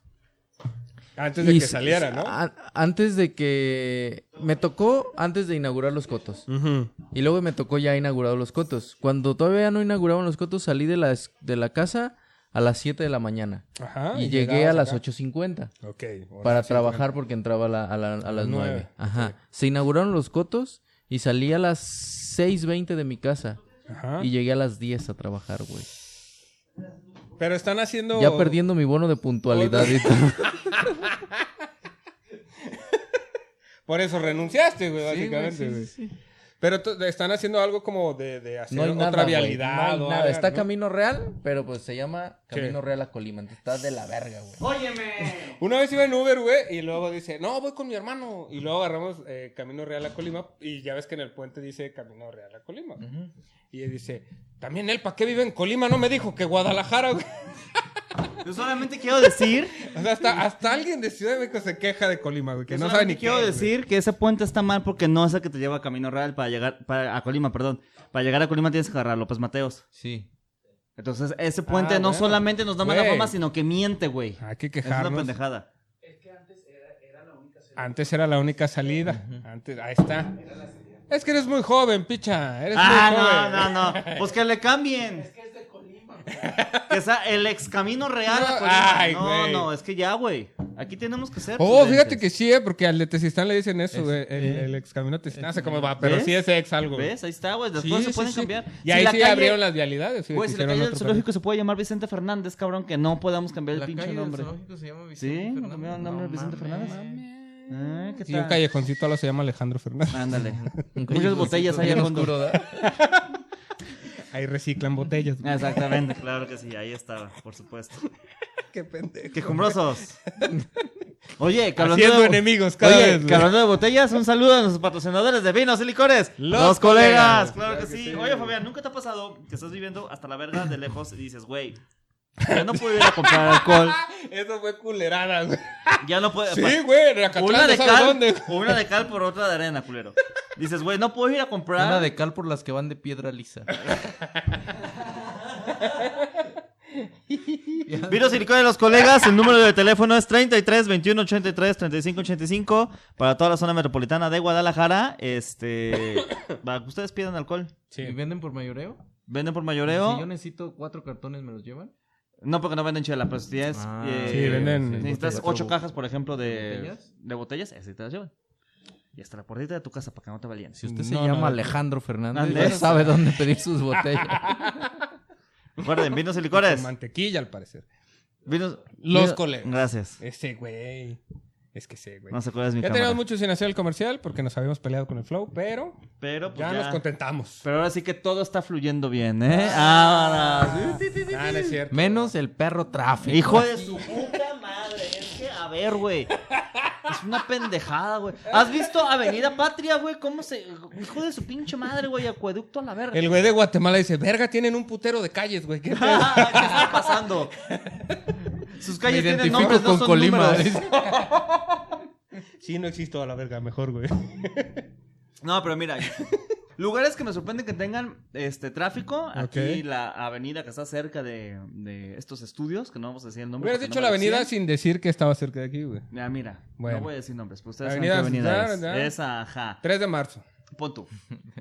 Antes de
Y
que
s-
saliera, ¿no?
a- antes de que... Me tocó antes de inaugurar los cotos.
Ujú.
Y luego me tocó ya inaugurado los cotos. Cuando todavía no inauguraban los cotos, salí de la, es- de la casa a las 7 de la mañana.
Ajá.
y llegué a
Ah, llegabas
las
acá.
8.50.
Ok. ahora
para
sí,
trabajar porque entraba a, la- a la- a las
nueve,
9. Ajá. Se inauguraron los cotos y salí a las 6.20 de mi casa.
Ajá.
Y llegué a las 10 a trabajar, güey.
Pero están haciendo.
Ya perdiendo mi bono de puntualidad y todo.
Por eso renunciaste, güey,
Sí, güey,
básicamente,
sí,
güey.
sí, sí.
Pero tú- están haciendo algo como de, de hacer
No hay
otra
nada, güey,
vialidad.
no
o
hay nada.
algo,
Está
¿no?
Camino Real, pero pues se llama
¿Qué?
Camino Real a Colima. Entonces, Está de la verga, güey.
Una vez iba en Uber, güey, y luego dice, no, voy con mi hermano. Y luego agarramos eh, Camino Real a Colima. Y ya ves que en el puente dice Camino Real a Colima. Y él dice, también él, ¿para qué vive en Colima? No me dijo que Guadalajara, güey.
Yo solamente quiero decir,
O sea, hasta, hasta alguien de Ciudad de México se queja de Colima, güey, que
yo
no sabe
solamente
ni
quiero
qué es,
decir que ese puente está mal porque no es el que te lleva a Camino Real para llegar para, a Colima, perdón. Para llegar a Colima tienes que agarrar a López Mateos.
Sí.
Entonces, ese puente
Ah,
no
bueno.
solamente nos da mala
Güey.
fama, sino que miente, güey.
güey. Hay que
Es una
quejarnos.
pendejada.
Antes era la única salida. Antes, ahí está. Es que eres muy joven, picha. Eres muy
Ah,
joven.
no, no, no. Pues que le cambien. Es que es de Colima. Que sea el ex camino real. a
No,
Colima.
ay,
no,
güey.
no, es que ya, güey. Aquí tenemos que ser.
Oh,
prudentes. eh,
fíjate que sí, eh, porque al de Tezistán le dicen eso, güey. El, el ex camino Tezistán, no sé cómo va, pero
¿Ves?
sí es ex algo. güey.
¿Ves? Ahí está, güey. Las cosas se
Sí,
pueden
sí, sí.
cambiar.
Y ahí
la
sí
calle-
abrieron las vialidades.
Güey, si la
hicieron
calle del
otro
zoológico se puede llamar Vicente Fernández, cabrón, que no podamos cambiar el pinche nombre.
se llama
Vicente ¿no Fernández. cambiaron el nombre de No Vicente mames. Fernández? Ah, ¿qué
camino. Y un
tal?
callejoncito ahora se llama Alejandro Fernández.
Ándale. Muchas botellas ahí al fondo.
Ahí reciclan botellas. güey.
Exactamente, claro que sí, ahí estaba, por supuesto.
Qué pendejo.
Quejumbrosos. Oye, que hablando
Haciendo
de-
enemigos cada
Oye,
vez.
que
güey.
hablando de botellas, un saludo a nuestros patrocinadores de vinos y licores.
Los
Los,
colegas.
colegas. Claro que
Claro que
sí.
sí.
Oye, Fabián, ¿nunca te ha pasado que estás viviendo hasta la verga de lejos y dices, güey, ya no puedo ir a comprar alcohol?
Eso fue culerada, güey.
Ya no puedo.
Sí, güey, de
una
Acatlán, no
de
sabe
cal,
dónde.
una de cal por otra de arena, culero. Dices, güey, no puedo ir a comprar.
Una de cal por las que van de piedra lisa.
Vinos y licores de los colegas, el número de teléfono es 33 21 83 35 85 para toda la zona metropolitana de Guadalajara. Este, va, ustedes pidan alcohol.
¿Y venden por mayoreo?
Venden por
Si yo
mayoreo.
necesito cuatro cartones, ¿me los llevan?
No, porque no venden chela, pero si tienes,
Ah,
eh,
sí, venden-
sí,
necesitas
cuatro
ocho
bu-
cajas, por ejemplo, de
¿Botellas?
botellas, de botellas esas sí te las llevan. Y hasta la puertita de tu casa para que no te valían.
Si usted se
No, no,
llama
no.
Alejandro Fernández,
Andrés.
ya sabe dónde pedir sus botellas.
Recuerden, vinos y
Con
licores.
mantequilla, al parecer.
Vinos,
Los
vinos-
colegas.
Gracias.
Ese, güey. Es que ese, güey.
No se acuerdas mi
Ya
cámara.
teníamos mucho sin hacer el comercial porque nos habíamos peleado con el flow, pero
Pero, pues,
ya,
ya-
nos contentamos.
pero ahora sí que todo está fluyendo bien, ¿eh? Ahora. sí.
Ah, no es cierto.
Menos el perro tráfico.
Hijo de su puta madre. Es que, a ver, güey. Es una pendejada, güey. ¿Has visto Avenida Patria, güey? ¿Cómo se. Hijo de su pinche madre, güey. Acueducto a la verga.
El güey de Guatemala dice, verga, tienen un putero de calles, güey. ¿Qué
¿Qué
pedo?"
está pasando? Sus
Me
calles tienen
identifico
nombres, no
con
son
Colima.
números.
sí, no existo a la verga, mejor, güey.
No, pero mira. Lugares que me sorprenden que tengan este tráfico. Aquí
Ok.
la avenida que está cerca de, de estos estudios, que no vamos a decir el nombre.
Hubieras
porque no
dicho
me
la
lo
avenida
decían.
sin decir que estaba cerca de aquí, güey.
Mira, mira.
Bueno.
No voy a decir nombres, pero ustedes
Avenida
saben qué avenida es.
Cesar, ya.
Esa, ajá.
3 de marzo.
Pon tú.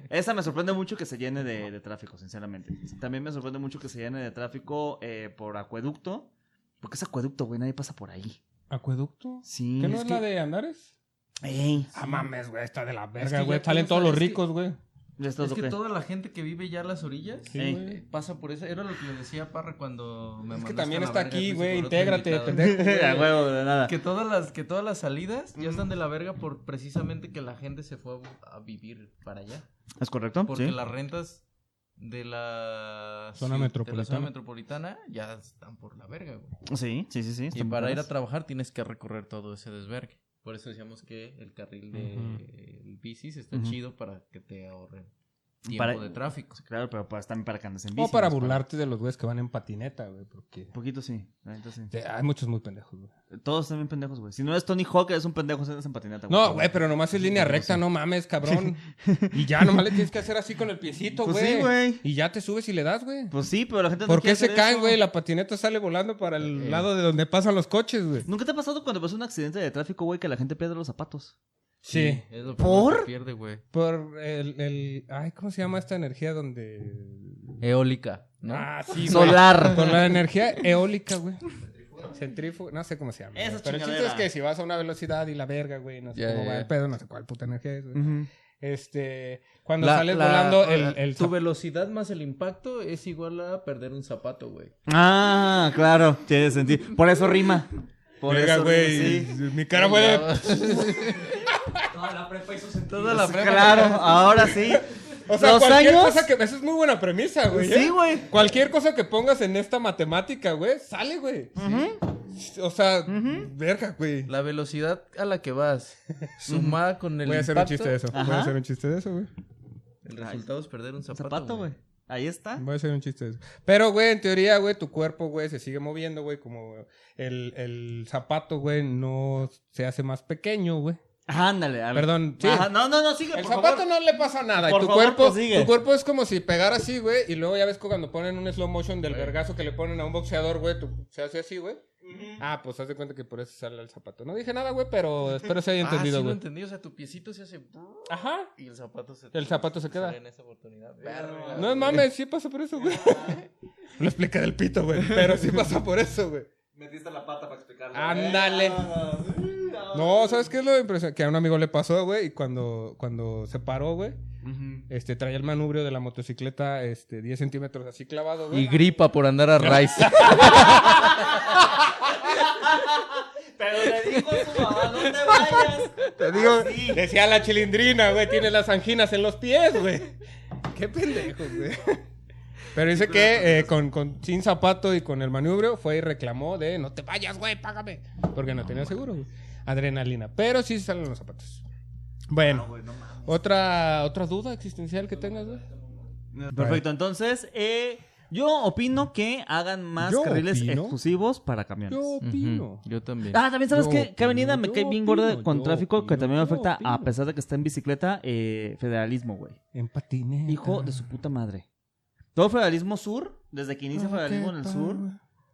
Esa me sorprende mucho que se llene de, de tráfico, sinceramente. También me sorprende mucho que se llene de tráfico eh, por acueducto. Porque es acueducto, güey, nadie pasa por ahí.
¿Acueducto?
Sí.
¿Qué no
es
es la
que-
de Andares?
Ey,
Ah, mames, güey, está de la
que
verga,
ya
güey.
tú
Salen
no
todos los
sabes que-
ricos, güey.
ya estás
Es que
ok.
toda la gente que vive ya a las orillas
Sí,
Ey.
güey.
eh, pasa por eso. Era lo que le decía Parra cuando me
Es que
mandaste
también
a la
está
verga,
aquí,
Luis,
güey.
por otro
Intégrate,
invitado.
pendejo.
A huevo, de nada.
Que todas las que todas las salidas ya están de la verga por precisamente que la gente se fue a, bu- a vivir para allá,
¿Es correcto?
porque
Sí.
las rentas de la
Zona
ciu- de la
metropolitana.
zona metropolitana ya están por la verga, güey.
Sí, sí, sí, sí.
Y
están
para ir a
preparadas.
trabajar tienes que recorrer todo ese desvergue. Por eso decíamos que el carril de el bicis está
Ujú.
chido para que te ahorren tiempo
Para-
de tráfico.
Claro, pero pues, también para que andes en bici.
O para
pues,
burlarte de los güeyes que van en patineta, güey, porque...
Un poquito sí, la neta sí.
te- Hay muchos muy pendejos, güey.
Todos están bien pendejos, güey. Si no eres Tony Hawk, eres un pendejo, si andas en patineta.
No, güey, pero nomás es línea recta, no mames, cabrón. Y ya, nomás le tienes que hacer así con el piecito,
Pues
güey.
sí, güey.
Y ya te subes y le das, güey.
Pues sí, pero la gente no
¿Por
quiere
qué se
hacer
caen,
eso. Eh.
güey? La patineta sale volando para el lado de donde pasan los coches, güey.
¿Nunca te ha pasado cuando pasa un accidente de tráfico, güey, que la gente pierde los zapatos?
Sí.
es lo primero
¿Por?
que pierde, güey.
Por el, el... Ay, ¿cómo se llama esta energía donde...?
Eólica, ¿no?
Ah, sí, güey.
Solar.
Por la energía eólica, güey. Centrífuga, no sé cómo se llama.
Esa
güey. Pero el chiste
chingadera.
es que si vas a una velocidad y la verga, güey, no sé
Ya,
cómo
ya,
va
ya.
el pedo, no sé cuál puta energía es, güey.
Ujú.
Este, cuando
La-
sales
la-
volando,
la-
el, el
tu
zap-
velocidad más el impacto es igual a perder un zapato, güey.
Ah, claro, tiene sentido. Por eso rima. Por
Verga,
eso
güey.
rima, sí.
Mi cara fue de-
Toda la prepa hizo sentido.
Toda la prepa.
Claro, ahora sí.
O sea,
Los
cualquier
años-
cosa que... Esa es muy buena premisa, güey. ¿eh?
Sí, güey.
Cualquier cosa que pongas en esta matemática, güey, sale, güey. O sea, verga, güey.
La velocidad a la que vas sumada con el
Voy a hacer un
impacto,
chiste de eso. Voy a
Ajá.
hacer un chiste de eso, güey.
el resultado es perder un zapato,
Zapato,
güey.
güey. Ahí está.
Voy a hacer un chiste de eso. Pero, güey, en teoría, güey, tu cuerpo, güey, se sigue moviendo, güey, como el, el zapato, güey, no se hace más pequeño, güey.
Ándale, a ver.
Perdón, sí.
Ajá, No, no, no, sigue,
El
por
zapato
favor.
no le pasa nada. y
Por
tu
favor,
cuerpo,
prosigue.
tu cuerpo es como si pegara así, güey, y luego ya ves que cuando ponen un slow motion del vergazo que le ponen a un boxeador, güey, tú- se hace así, güey. Ah, pues haz de cuenta que por eso sale el zapato. No dije nada, güey, pero espero se haya
Ah, sí
entendido,
lo
güey.
entendí, o sea, tu piecito se hace
Ajá.
y el zapato se
El zapato se queda.
sale en esa oportunidad. Verga,
No
güey.
mames, sí pasa por eso, güey. Lo expliqué del pito, güey, pero sí pasa por eso, güey.
Metiste la pata para explicarlo. Eh, ah,
Ándale. No, ¿sabes qué es lo impresionante? Que a un amigo le pasó, güey, y cuando, cuando se paró, güey, este, traía el manubrio de la motocicleta, este, 10 centímetros así clavado, güey.
Y gripa por andar a Rice.
Pero le dijo a su mamá, no te vayas.
Eh.
Te digo,
Así.
decía la chilindrina, güey, tiene las anginas en los pies, güey. Qué pendejos, güey. Pero dice que eh, con, con- sin zapato y con el manubrio fue y reclamó de no te vayas, güey, págame. Porque no, tenía seguro, güey. Adrenalina. Pero sí salen los zapatos. Bueno, otra, otra duda existencial que tengas, güey.
Perfecto, entonces eh, yo opino que hagan más
Yo
carriles
opino.
exclusivos para camiones.
Yo opino.
Ujú, Yo también.
Ah, también sabes
Yo
que qué avenida me
opino,
cae
yo
bien gorda
opino,
con
yo
tráfico que
opino,
también me
yo
afecta a
opino.
pesar de que está en bicicleta eh, federalismo, güey.
En patineta.
Hijo de su puta madre. Todo federalismo sur, desde que
Ah,
inicia federalismo en el sur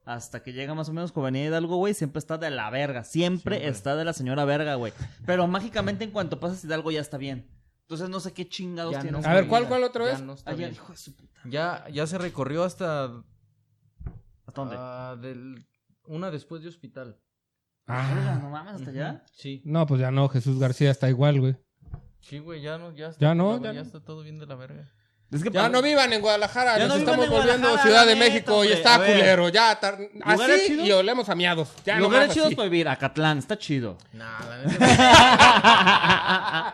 hasta que llega más o menos con Avenida Hidalgo, güey, siempre está de la verga, siempre, está de la señora verga, güey. Pero mágicamente en cuanto pasas Hidalgo ya está bien. Entonces no sé qué chingados
Ya no
tienes.
está
A ver,
bien,
¿cuál, cuál otra
ya
vez?
no está
Allá,
bien.
hijo de su puta.
Ya, ya se recorrió hasta
¿Hasta dónde?
ah, del- una después de hospital.
Verga,
Ah,
no mames, hasta allá.
Sí,
no, pues ya no, Jesús García está igual, güey.
sí, güey, ya no, ya está.
Ya no,
la-
ya
ya
no.
está todo bien de la verga.
Es que
Ya
para-
no vivan en Guadalajara, nos
Ya no vivan
estamos
en
volviendo
Guadalajara,
Ciudad de
neta,
México y
hombre.
está
A ver.
culero, ya tar-
¿Lugares
así
chidos?
y olemos a miados. Ya no
Lugares
más
chidos
así.
para vivir, Acatlán, está chido.
Nah, la neta,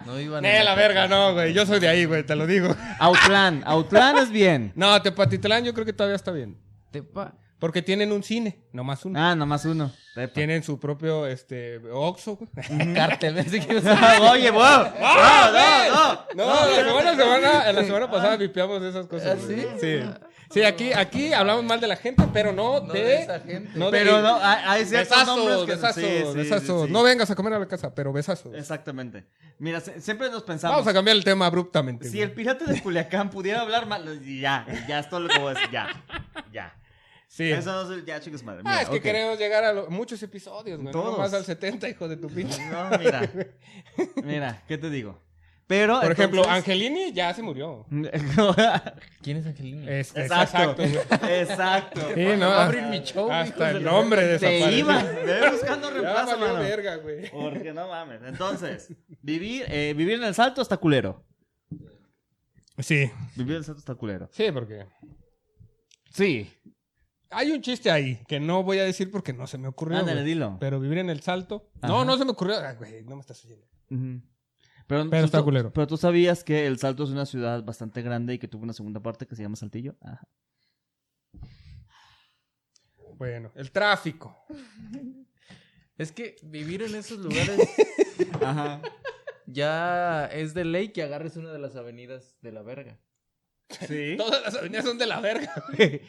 no iban
Eh, la verga, no, güey, yo soy de ahí, güey, te lo digo.
Autlán, Autlán es bien.
No, Tepatitlán yo creo que todavía está bien,
Tepa.
porque tienen un cine, nomás uno.
Ah, nomás uno. Tepa.
Tienen su propio este Oxxo. güey.
Cártel, pensé que ibas a-
Oye, wow.
Ah,
No, no, no.
No, la semana, semana- la semana pasada vipeamos esas cosas.
¿Ah, sí?
güey. Sí. Sí, aquí, aquí hablamos mal de la gente, pero no,
No
de,
de esa gente.
no de-
Pero no, hay hay ciertos
Besazos,
nombres que
besazos,
Sí, sí, sí,
besazos.
sí.
No vengas a comer a la casa, pero besazos.
Exactamente. Mira, se- siempre nos pensamos.
Vamos a cambiar el tema abruptamente.
Si
güey.
el pirata de Culiacán pudiera hablar mal, ya, ya es todo lo que voy a decir, ya, ya.
Sí.
Eso no es, ya chicos madre.
ah,
mira,
es que
ok.
queremos llegar a lo- muchos episodios, güey.
Todos.
No más al 70, hijo de tu pinche.
No, mira, mira, ¿qué te digo? Pero,
Por ejemplo,
entonces-
Angelini ya se murió.
¿Quién es Angelina?
Este,
exacto,
güey.
exacto.
Sí, no,
Va a
hasta-
abrir mi show, hijos
Hasta
de
el
la
nombre
Te
desapareció.
iba, ve buscando
Ya
reemplazo,
valió
mano.
verga, güey.
Porque no mames. Entonces, vivir, eh, vivir en el salto está culero.
Sí.
Vivir en el salto está culero.
Sí, porque
Sí.
hay un chiste ahí que no voy a decir porque no se me ocurrió.
Ándale,
güey.
dilo.
Pero vivir en el salto.
Ajá.
No, no se me ocurrió. Ah, güey, no me estás oyendo.
Ujú.
Pero
tú-
está culero.
Pero tú sabías que El Salto es una ciudad bastante grande y que tuvo una segunda parte que se llama Saltillo. Ajá.
Bueno, el tráfico.
Es que vivir en esos lugares
Ajá.
ya es de ley que agarres una de las avenidas de la verga.
Sí.
Todas las avenidas son de la verga, güey.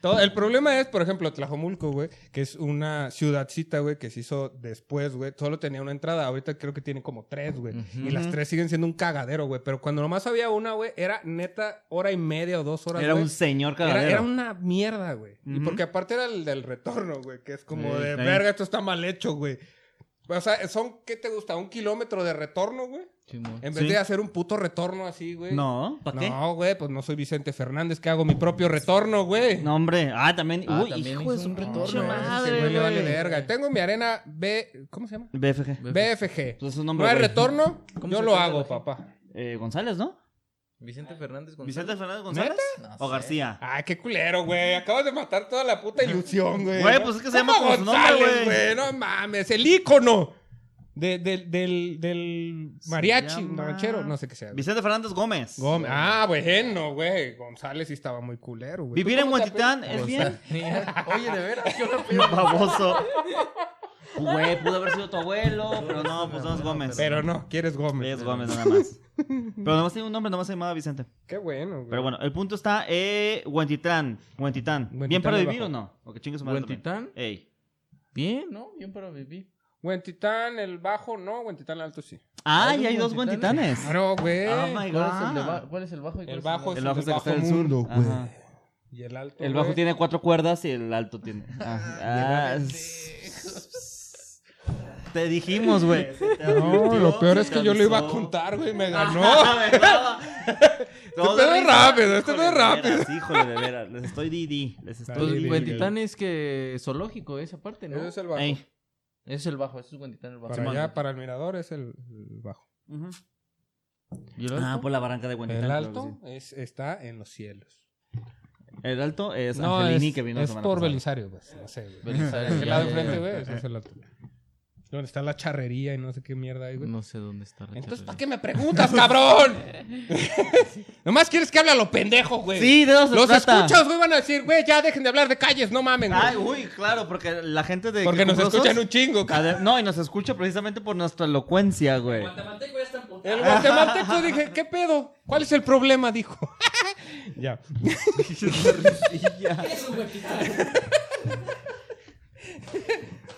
Todo- el problema es, por ejemplo, Tlajomulco, güey, que es una ciudadcita, güey, que se hizo después, güey. Solo tenía una entrada. Ahorita creo que tiene como tres, güey.
Ujú.
Y las tres siguen siendo un cagadero, güey. Pero cuando nomás había una, güey, era neta hora y media o dos horas,
Era
güey.
un señor
Era-
cagadero.
Era, una mierda, güey. Y
Ujú.
porque aparte era el del retorno, güey, que es como
Sí,
de,
está bien.
verga, esto está mal hecho, güey. O sea, son, ¿qué te gusta? ¿Un kilómetro de retorno, güey? En vez
Sí.
de hacer un puto retorno así, güey.
No, ¿para qué?
No, güey, pues no soy Vicente Fernández, que hago mi propio retorno, güey.
No, hombre. Ah, también.
Ah,
Uy,
también
hijo de
hizo
su
un
pinche
retorno.
Ese
madre.
güey le vale
güey.
verga. Tengo mi arena B. ¿Cómo se llama?
BFG.
BFG.
Pues es un
No
nombre.
hay
güey.
retorno,
¿Cómo
yo
se
lo
llama
hago,
la gente?
papá.
Eh, González, ¿no?
Vicente Fernández González.
Vicente Fernández González.
No
O
sé.
García.
Ay, qué culero, güey. Acabas de matar toda la puta ilusión, güey.
Güey, pues es que se llama
¿Cómo
como su nombre,
González,
güey?
No mames, el ícono de- del, del, del
Se
mariachi
llama-
ranchero, no sé qué sea. güey.
Vicente Fernández Gómez.
Gómez. Ah, bueno, güey. González sí estaba muy culero, güey.
Vivir
¿Tú
en
cómo te
Huentitán
apellidas?
es bien.
González. Oye, de veras, yo lo
Baboso. Güey, pudo haber sido tu abuelo, pero no, pues no es Gómez.
Pero no, quieres Gómez.
Es Gómez nada más. Pero nomás tiene un nombre, nomás se llamaba Vicente.
Qué bueno, güey.
Pero bueno, el punto está, eh, Huentitán, Huentitán.
Huentitán
¿Bien para
de
vivir
abajo.
o no? O que chingue su madre también.
¿Huentitán?
Ey.
Bien, ¿no? Bien para vivir.
Huentitán, el bajo, no. Huentitán, el alto, sí.
Ah,
¿Hay
y hay
un
dos
Huentitán?
Huentitanes.
Claro, güey.
Oh
¿Cuál es, el
my
de
god.
ba- cuál es el bajo? y cuál
El
es
bajo
alto?
es
El bajo
el
es el que
bajo
está en el sur.
mundo, güey.
Ajá.
Y el alto,
El bajo
güey.
tiene cuatro cuerdas y el alto tiene. Ah, ah, s- te dijimos, güey.
No, lo peor es que yo lo iba a contar, güey. Me ganó. pedo es rápido, este pedo es rápido.
Híjole, de veras. Les estoy Didi. Les
Pues
Sí, sí,
estoy.
sí.
Huentitán es que zoológico, esa parte, ¿no?
Ese es el bajo.
Ey.
Es el bajo, ese es Huentitán el bajo.
Para allá, para el mirador, es el el bajo.
Ujú.
¿Y el
Ah,
alto?
por la barranca de Huentitán.
El
creo que
alto
sí.
es, está en los cielos.
El alto es Angelini que vino la
es
semana
por
pasada.
Belisario, pues. No sé, güey.
Belisario,
El
ya,
lado
ya,
enfrente,
ya.
güey, ese es el alto. donde está la charrería y no sé qué mierda hay, güey.
No sé dónde está la
Entonces, ¿para
charrería.
qué me preguntas, cabrón? Nomás quieres que hable a lo pendejo, güey.
Sí, de eso se
Los
trata.
escuchas, güey, van a decir, güey, ya dejen de hablar de calles, no mamen, güey.
Ay, uy, claro, porque la gente de.
Porque nos
Quejumbrosos-
escuchan un chingo, cabrón.
Ade- No, y nos escucha precisamente por nuestra elocuencia, güey.
Guatemalteco ya está
El
emputado.
guatemalteco dije, ¿qué pedo? ¿Cuál es el problema? Dijo. ya.
Eso, güey.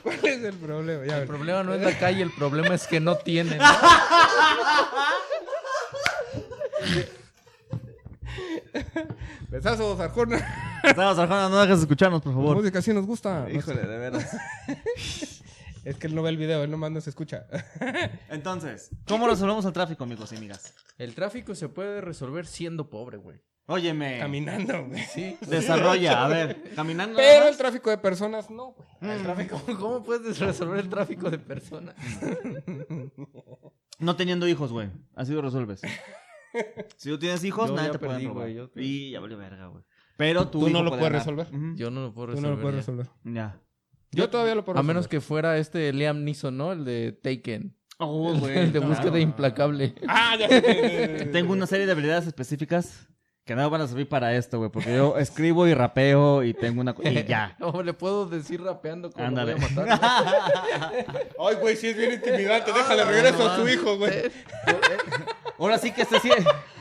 ¿Cuál es el problema? Ya,
El
ven.
problema no es la calle, el problema es que no tienen.
Besazos, Arjona.
Estamos Arjona, no dejes de escucharnos, por favor.
Música así nos gusta.
Híjole, de veras.
Es que él no ve el video, él nomás nos escucha.
Entonces, ¿cómo resolvemos el tráfico, amigos y amigas?
El tráfico se puede resolver siendo pobre, güey.
Óyeme,
Caminando, güey.
desarrolla, a ver, caminando. nada
Pero
más?
el tráfico de personas no, güey.
El tráfico, ¿cómo puedes resolver el tráfico de personas?
No teniendo hijos, güey. Así lo resuelves. Si tú tienes hijos,
Yo
nadie
ya
te puede
perdí,
robar.
güey, yo-
Y ya valió verga, güey. Pero tu
Tú no
hijo
lo
puede
puedes
ganar.
resolver.
Ujú.
Yo no lo puedo
Tú
resolver.
no lo puedes
ya.
resolver.
Ya.
Yo todavía lo puedo
A
resolver.
menos que fuera este Liam Neeson, ¿no? El de Taken.
Oh,
el de búsqueda
claro.
implacable.
Ah, ya sé que-
Tengo una serie de habilidades específicas que no van a servir para esto, güey. Porque yo escribo y rapeo y tengo una... co- Y ya.
No, le puedo decir rapeando cómo lo voy
Ándale.
a matar.
Ay, güey, sí es bien intimidante. Déjale regreso a su hijo, güey.
Ahora sí que este sí...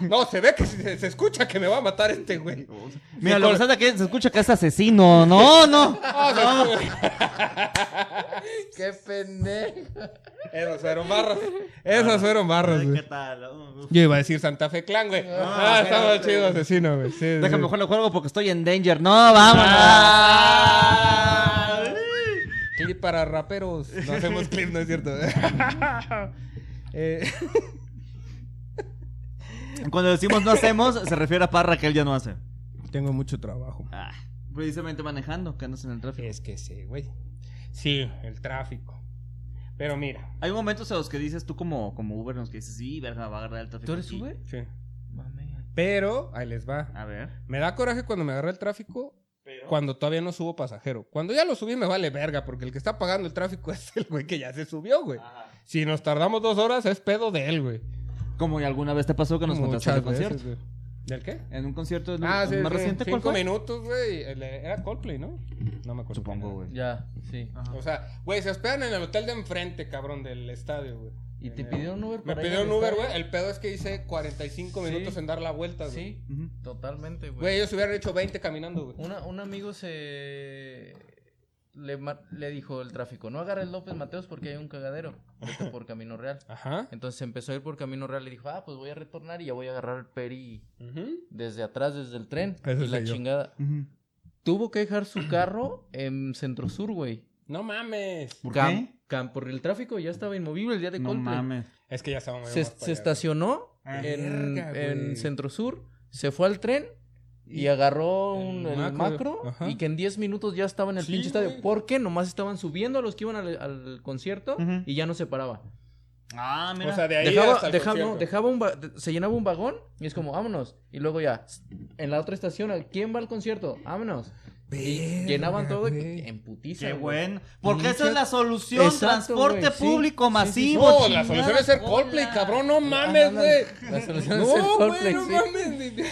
No, se ve que se, se escucha que me va a matar este, güey.
Mira, lo que pasa es que se escucha que es asesino. No, no.
Ah, se-
¡Qué pendejo!
Esas fueron barras. Esas fueron barras, güey.
tal?
Oh,
Yo iba a decir Santa Fe Clan, güey. Ah, estaba chido asesino, güey. Sí, sí,
Déjame
sí.
mejor lo juego porque estoy en danger. No, vámonos.
Ah.
Clip para raperos. No hacemos clip, no es cierto. Eh,
Cuando decimos no hacemos, se refiere a Parra que él ya no hace.
tengo mucho trabajo.
Ah, precisamente manejando, que andas en el tráfico.
Es que sí, güey. Sí, el tráfico. Pero
Eh.
mira.
Hay momentos en los que dices tú como, como Uber, en los que dices, sí, verga, va a agarrar el tráfico.
¿Tú eres
aquí".
Uber?
Sí.
Mame.
Pero, ahí les va.
A ver.
Me da coraje cuando me agarra el tráfico. Cuando todavía no subo pasajero. Cuando ya lo subí me vale verga, porque el que está pagando el tráfico es el güey que ya se subió, güey.
Ah.
Si nos tardamos dos horas es pedo de él, güey.
Como alguna vez te pasó que nos contaste en
Muchas
un concierto.
veces, güey. ¿Del qué?
En un concierto
Ah, sí,
más
sí.
reciente,
Cinco
¿cuál fue?
minutos, güey. El- Era Coldplay, ¿no? No me acuerdo.
Supongo, güey.
Ya, sí.
O sea, güey, se hospedan en el hotel de enfrente, cabrón, del estadio, güey.
¿Y te
En el-
pidieron Uber
Me
para ir al
pidieron Uber,
estadio?
güey. El pedo es que hice 45
Sí.
minutos en dar la vuelta, güey.
Sí,
Ujú.
totalmente, güey.
Güey, ellos hubieran hecho 20 caminando, güey.
Una- un amigo se le, ma- le dijo el tráfico, no agarres López Mateos porque hay un cagadero, vete por Camino Real.
Ajá.
Entonces empezó a ir por Camino Real y dijo, ah, pues voy a retornar y ya voy a agarrar el peri
Ujú.
desde atrás, desde el tren.
Ese
y la
soy yo.
chingada.
Ujú.
Tuvo que dejar su carro en Centro Sur, güey.
No mames.
¿Por
Cam-
qué?
cam- porque el tráfico ya estaba inmovible el día de
No
Coldplay.
mames.
Es que ya estaba muy
Se,
más para
se
allá, güey.
estacionó
Ah.
en,
Verga,
en
güey.
Centro Sur, se fue al tren y agarró
el
un, el
macro.
macro,
Ajá.
y que en 10 minutos ya estaba en el
Sí,
pinche estadio.
güey.
Porque nomás estaban subiendo a los que iban al, al concierto
Ujú.
y ya no se paraba.
Ah, mira.
O sea, de ahí hasta
Dejaba,
el
dejaba, no,
concierto.
dejaba un va- se llenaba un vagón y es como, vámonos. Y luego ya, en la otra estación, ¿a ¿quién va al concierto? Vámonos. y
Verga,
llenaban todo
güey.
en putiza.
Qué
güey.
bueno. Porque esa
Pinche-
es la solución.
Exacto,
transporte
güey, sí.
público
Sí, sí, sí.
masivo.
No, la
chingada
solución es ser
bola.
Coldplay, cabrón. No
Ajá,
mames, güey.
ándale. La solución es el
No, güey,
Coldplay,
no
sí.
mames. ni-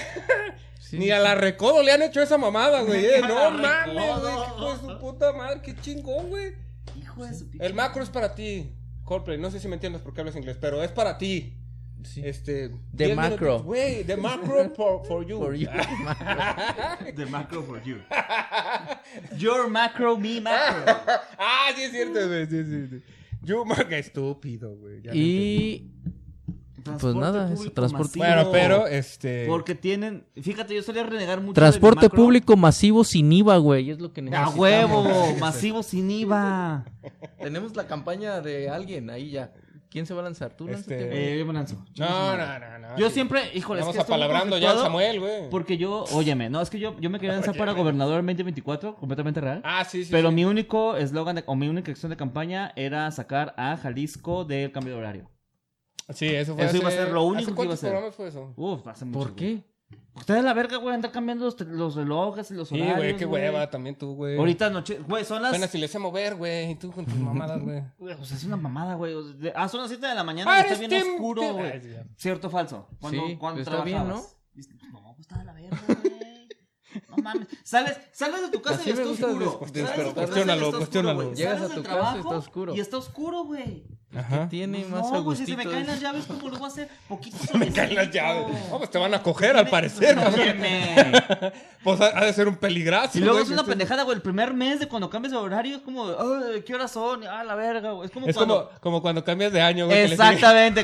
Sí,
Ni
sí,
a la Recodo le han hecho esa mamada, güey. eh.
Ni a
No
la
mames, güey.
Recodo.
qué hijo de su puta madre, qué chingón, güey.
Hijo de su pinche-
El macro es para ti, Coldplay. No sé si me entiendes porque hablas inglés, pero es para ti.
sí.
Este.
The
10
macro.
minutos, Güey, the macro for, for you.
Por you.
The macro for you. Your macro, me macro.
Ah, sí es cierto, güey. Sí, sí, sí. You macro. Qué estúpido, güey. ya lo entendí.
y Pues nada, eso,
público
transporte-
Bueno,
masivo.
pero este.
Porque tienen. Fíjate, yo solía renegar mucho. de mi
transporte
macro.
público masivo sin IVA, güey. Es lo que
A
necesitamos.
huevo, masivo sin IVA.
Tenemos la campaña de alguien ahí ya. ¿Quién se va a lanzar? ¿Tú
Este,
lánzate, güey.
Eh, yo me lanzo.
No, no, no, no.
Yo
sí.
siempre, híjole, es
Vamos
que estoy muy
apalabrando ya al
conflictuado
Samuel, güey.
Porque yo, óyeme, no, es que yo, yo me quería lanzar para gobernador en 2024, completamente real.
Ah, sí, sí.
Pero
sí.
mi único eslogan de- o mi única acción de campaña era sacar a Jalisco del cambio de horario.
Sí, eso fue
Eso iba a
hace-
ser lo único
¿hace
que iba a
cuántos
ser.
programas fue eso?
Uf, hace mucho.
¿Por qué?
Ustedes la verga, güey, andar cambiando los, te- los relojes y los
Sí,
horarios.
güey, qué hueva también tú, güey.
Ahorita noche, güey, son las.
Apenas si le sé mover, güey, y tú con tus mamadas, güey.
Güey, pues es una mamada, güey. O sea, de- Ah, son las 7 de la mañana, y está bien oscuro,
Ay,
güey.
sí, ya.
¿Cierto o falso? Cuando,
Sí,
cuando
está bien,
trabajabas. Dices, No, pues está de la verga, güey. No mames. Sales, sales de tu casa
Así
y
me
está
gusta
oscuro.
descuest-
Sales de tu
despertar.
casa y está
Cuestiónalo,
oscuro,
cuestiónalo.
güey.
Llegas
Sales
a tu
del
casa y está
trabajo
oscuro.
Y está oscuro, güey.
Ajá.
Tiene
Pues
más
no,
a
güey, si
gustito.
me caen las llaves, ¿cómo lo voy a hacer? Poquito se
Me caen las llaves. No, pues te van a coger, al parecer,
No,
cabrón.
mames.
Pues ha, ha de ser un peligrazo,
Y luego
güey,
es
que
una
estés-
pendejada, güey. El primer mes de cuando cambias de horario es como, "Ay, ¿qué horas son? Ah, la verga, güey. Es como
Es
cuando.
como, como cuando cambias de año, güey. que le sigue-
Exactamente,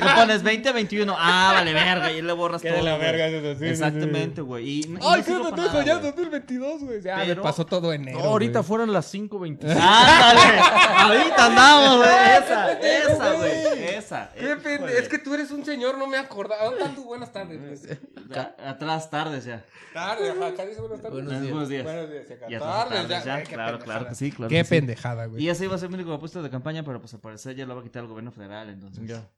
que pones 20, 21. Ah, vale, verga. Y le borras
Que
todo.
de la
güey.
verga es eso, sí, sí, sí.
Exactamente, güey. Y,
Ay,
y no
qué
sirve
me
para
trajo
nada,
ya
güey.
2022, güey. Ya me
Pero-
pasó todo enero.
No, ahorita
güey.
fueron las 5.25.
Ándale, ahorita andamos, güey. Esa, esa, güey. Esa.
Qué pende-
Eh, Híjole.
Es que tú eres un señor, no me acordaba. ¿Dónde están tus buenas tardes? pues?
A- Atrás, tardes ya.
Tarde, ajá, acá dice buenas tardes.
Buenos
Buenos días. Buenos días.
Buenos días, acá.
Ya son
Tardes,
tardes, ya.
Ay, qué
Claro,
pendejada.
claro que sí, claro.
Qué
que sí.
pendejada, güey.
Y ese iba a ser mi único puesto de campaña, pero pues al parecer ya lo va a quitar el gobierno federal, entonces.
Ya.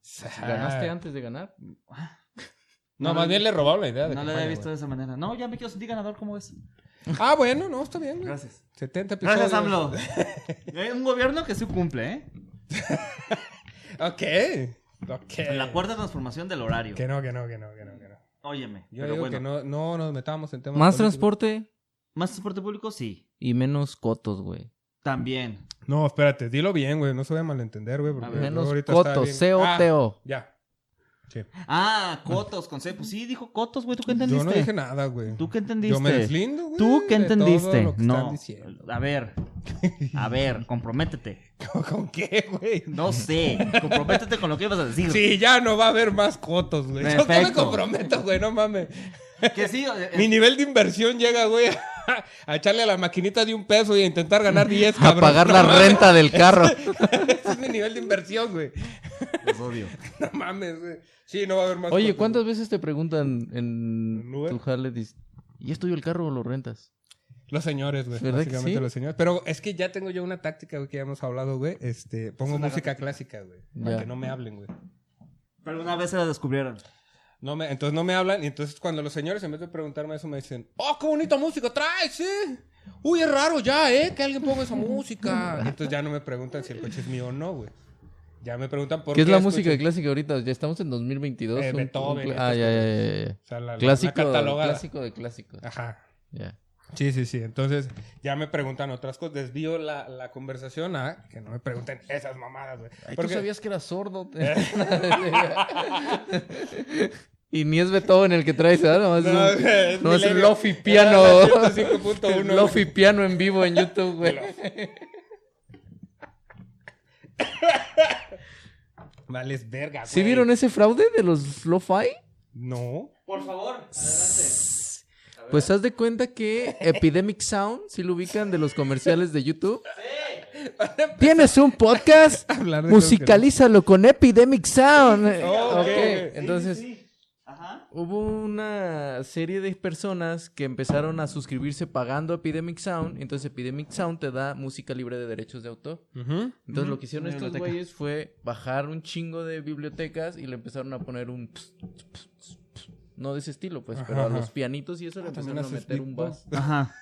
Ah.
¿Ganaste antes de ganar?
No,
No,
más
no,
bien le robaron la idea. De
No lo
campaña,
había visto de esa manera. No, ya me quiero sentir ganador, ¿cómo es?
güey. Ah, bueno, no, está bien, güey.
Gracias.
70 episodios.
Gracias, AMLO. Eh, Un gobierno que sí cumple, ¿eh?
Ok. Ok.
Eh,
La cuarta transformación del horario.
Que no, que no, que no, que no. Que no.
Óyeme.
Yo
pero
digo
bueno.
que no, no nos metamos en temas.
Más
políticos.
transporte
Más transporte público, sí.
y menos cotos, güey.
También.
No, espérate, dilo bien, güey. No se vaya a malentender, güey. porque
A ver,
luego
Menos
ahorita está
cotos,
bien-
C-O-T-O.
Ah, ya. Sí.
Ah, Cotos, con C. Pues sí, dijo Cotos, güey. ¿Tú qué entendiste?
Yo no dije nada, güey.
¿Tú qué
Yo me
entendiste?
deslindo, güey.
¿Tú qué
de todo
entendiste?
lo que están
no.
diciendo.
A ver. A ver, comprométete.
¿Con qué, güey?
No sé. Comprométete con lo que ibas a decir.
Sí, ya no va a haber más cotos, güey. Yo qué me
Perfecto.
comprometo, güey, no mames.
Que sí. eh, eh,
Mi nivel de inversión llega, güey, a, a echarle a la maquinita de un peso y a intentar ganar 10,
A
cabrón.
pagar
No
la
mames.
renta del carro.
Ese es mi nivel de inversión, güey.
Los odio.
No mames, güey. Sí, no va a haber más
Oye,
cotos,
¿cuántas veces te preguntan en
¿En Uber?
tu jale? dis- ¿Y es tuyo el carro o lo rentas?
Los señores, güey.
¿Verdad que
Básicamente
sí?
los señores. Pero es que ya tengo yo una táctica, güey, que ya hemos hablado, güey. Este, pongo música clásica, güey. Para
Ya.
que no me hablen, güey.
Pero una vez se la descubrieron.
No me, entonces no me hablan. Y entonces cuando los señores, en vez de preguntarme eso, me dicen, ¡Oh, qué bonita música traes, eh! Uy, es raro ya, ¿eh? Que alguien ponga esa música. Y entonces ya no me preguntan si el coche es mío o no, güey. Ya me preguntan por
¿Qué
qué.
es la
escucho-
música clásica ahorita? Ya estamos en 2022.
Eh,
un- un
Beethoven,
cla-
estos
Ah, ya, ya, ya, ya.
O sea, Ah. la, la- la
Clásico,
catalogada.
clásico de clásicos.
Ajá.
Ya.
Sí, sí, sí. Entonces, ya me preguntan otras cosas. Desvío la, la conversación a que no me pregunten esas mamadas, güey.
¿Tú sabías que era sordo?
Eh.
y ni es Beethoven el que traes, ¿verdad? Nomás
No,
es, un-
güey,
nomás es
Milenio.
Lofi
Era
Piano.
la 105.1,
Lofi Piano en vivo en YouTube, güey.
Vales verga, güey.
¿Sí vieron ese fraude de los Lo-Fi?
No.
Por favor, adelante.
Pues haz de cuenta que Epidemic Sound, si lo ubican de los comerciales de YouTube. ¿Tienes un podcast?
Hablar de
Musicalízalo con Epidemic Sound.
Oh,
ok,
ok.
entonces
Ajá.
hubo una serie de personas que empezaron a suscribirse pagando Epidemic Sound. Entonces Epidemic Sound te da música libre de derechos de autor.
Ujú.
Entonces
Ujú,
lo que hicieron
una
estos
biblioteca.
güeyes fue bajar un chingo de bibliotecas y le empezaron a poner un... ps, ps, ps, ps. no de ese estilo, pues,
Ajá,
pero a
ajá. Ah,
los pianitos y eso le
también
empezaron a
haces
meter un
beatbox.
bass
Ajá.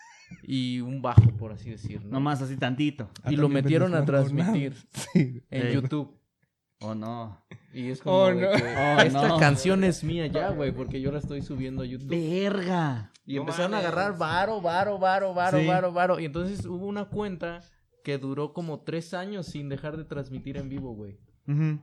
y un bajo, por así decirlo.
Nomás así tantito.
Ah,
Y lo metieron a transmitir
Sí.
en
Eh.
YouTube.
¿O no?
Y es como
Oh, no.
de que,
Oh,
esta
no.
canción es mía ya, güey, porque yo la estoy subiendo a YouTube.
Verga.
Y empezaron a agarrar varo, varo, varo, varo,
Sí.
varo, varo. Y entonces hubo una cuenta que duró como tres años sin dejar de transmitir en vivo, güey.
A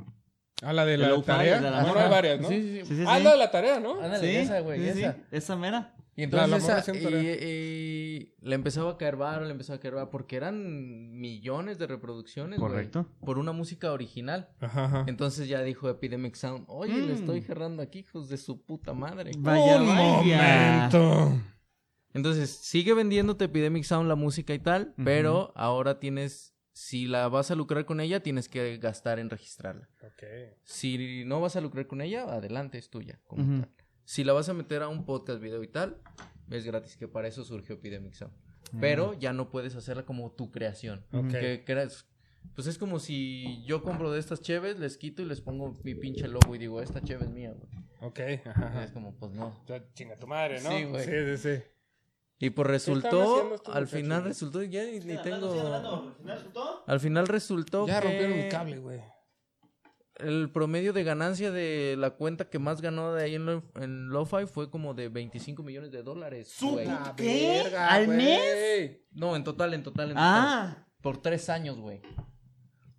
Ah, la de
El
la
lo-fi,
tarea.
el de la
Ahora
mano.
hay varias, ¿no?
Sí, sí, sí.
Sí, sí,
Ah,
sí.
la de la tarea, ¿no?
Ándale,
Sí,
esa, güey,
sí, sí.
esa.
Esa mera.
Y
La- la
entonces
morra
esa-
siempre
y- y- le empezaba a caer varo, le empezaba a caer varo, porque eran millones de reproducciones, güey,
Correcto.
por una música original.
Ajá, ajá.
Entonces ya dijo Epidemic Sound, oye,
Mm.
le estoy gerrando aquí, hijos de su puta madre.
Vaya,
un
vaya.
momento.
Entonces, sigue vendiéndote Epidemic Sound la música y tal,
Ujú.
pero ahora tienes, si la vas a lucrar con ella, tienes que gastar en registrarla.
Ok.
Si no vas a lucrar con ella, adelante, es tuya. como
Ujú.
tal. Si la vas a meter a un podcast, video y tal, es gratis, que para eso surgió Epidemic Sound. Pero ya no puedes hacerla como tu creación.
Ok.
Que creas- Pues es como si yo compro de estas cheves, les quito y les pongo mi pinche logo y digo, esta cheve es mía, güey.
Ok, ajá, ajá.
Es como, pues no.
O sea, chinga tu madre, ¿no?
Sí, güey.
Sí, sí, sí.
Y pues
están haciendo
resultó,
estos
al final
muchachos?
resultó, ya ni, ni
Sigan hablando, sigan
tengo...
hablando. ¿Al final resultó?
Al final resultó
Ya
que
rompieron el cable, güey.
el promedio de ganancia de la cuenta que más ganó de ahí en, lo, en Lo-Fi fue como de 25 millones de dólares, güey.
La
¿Qué?
verga,
¿Al
güey.
mes?
No, en total, en total, en total.
Ah.
Por tres años, güey.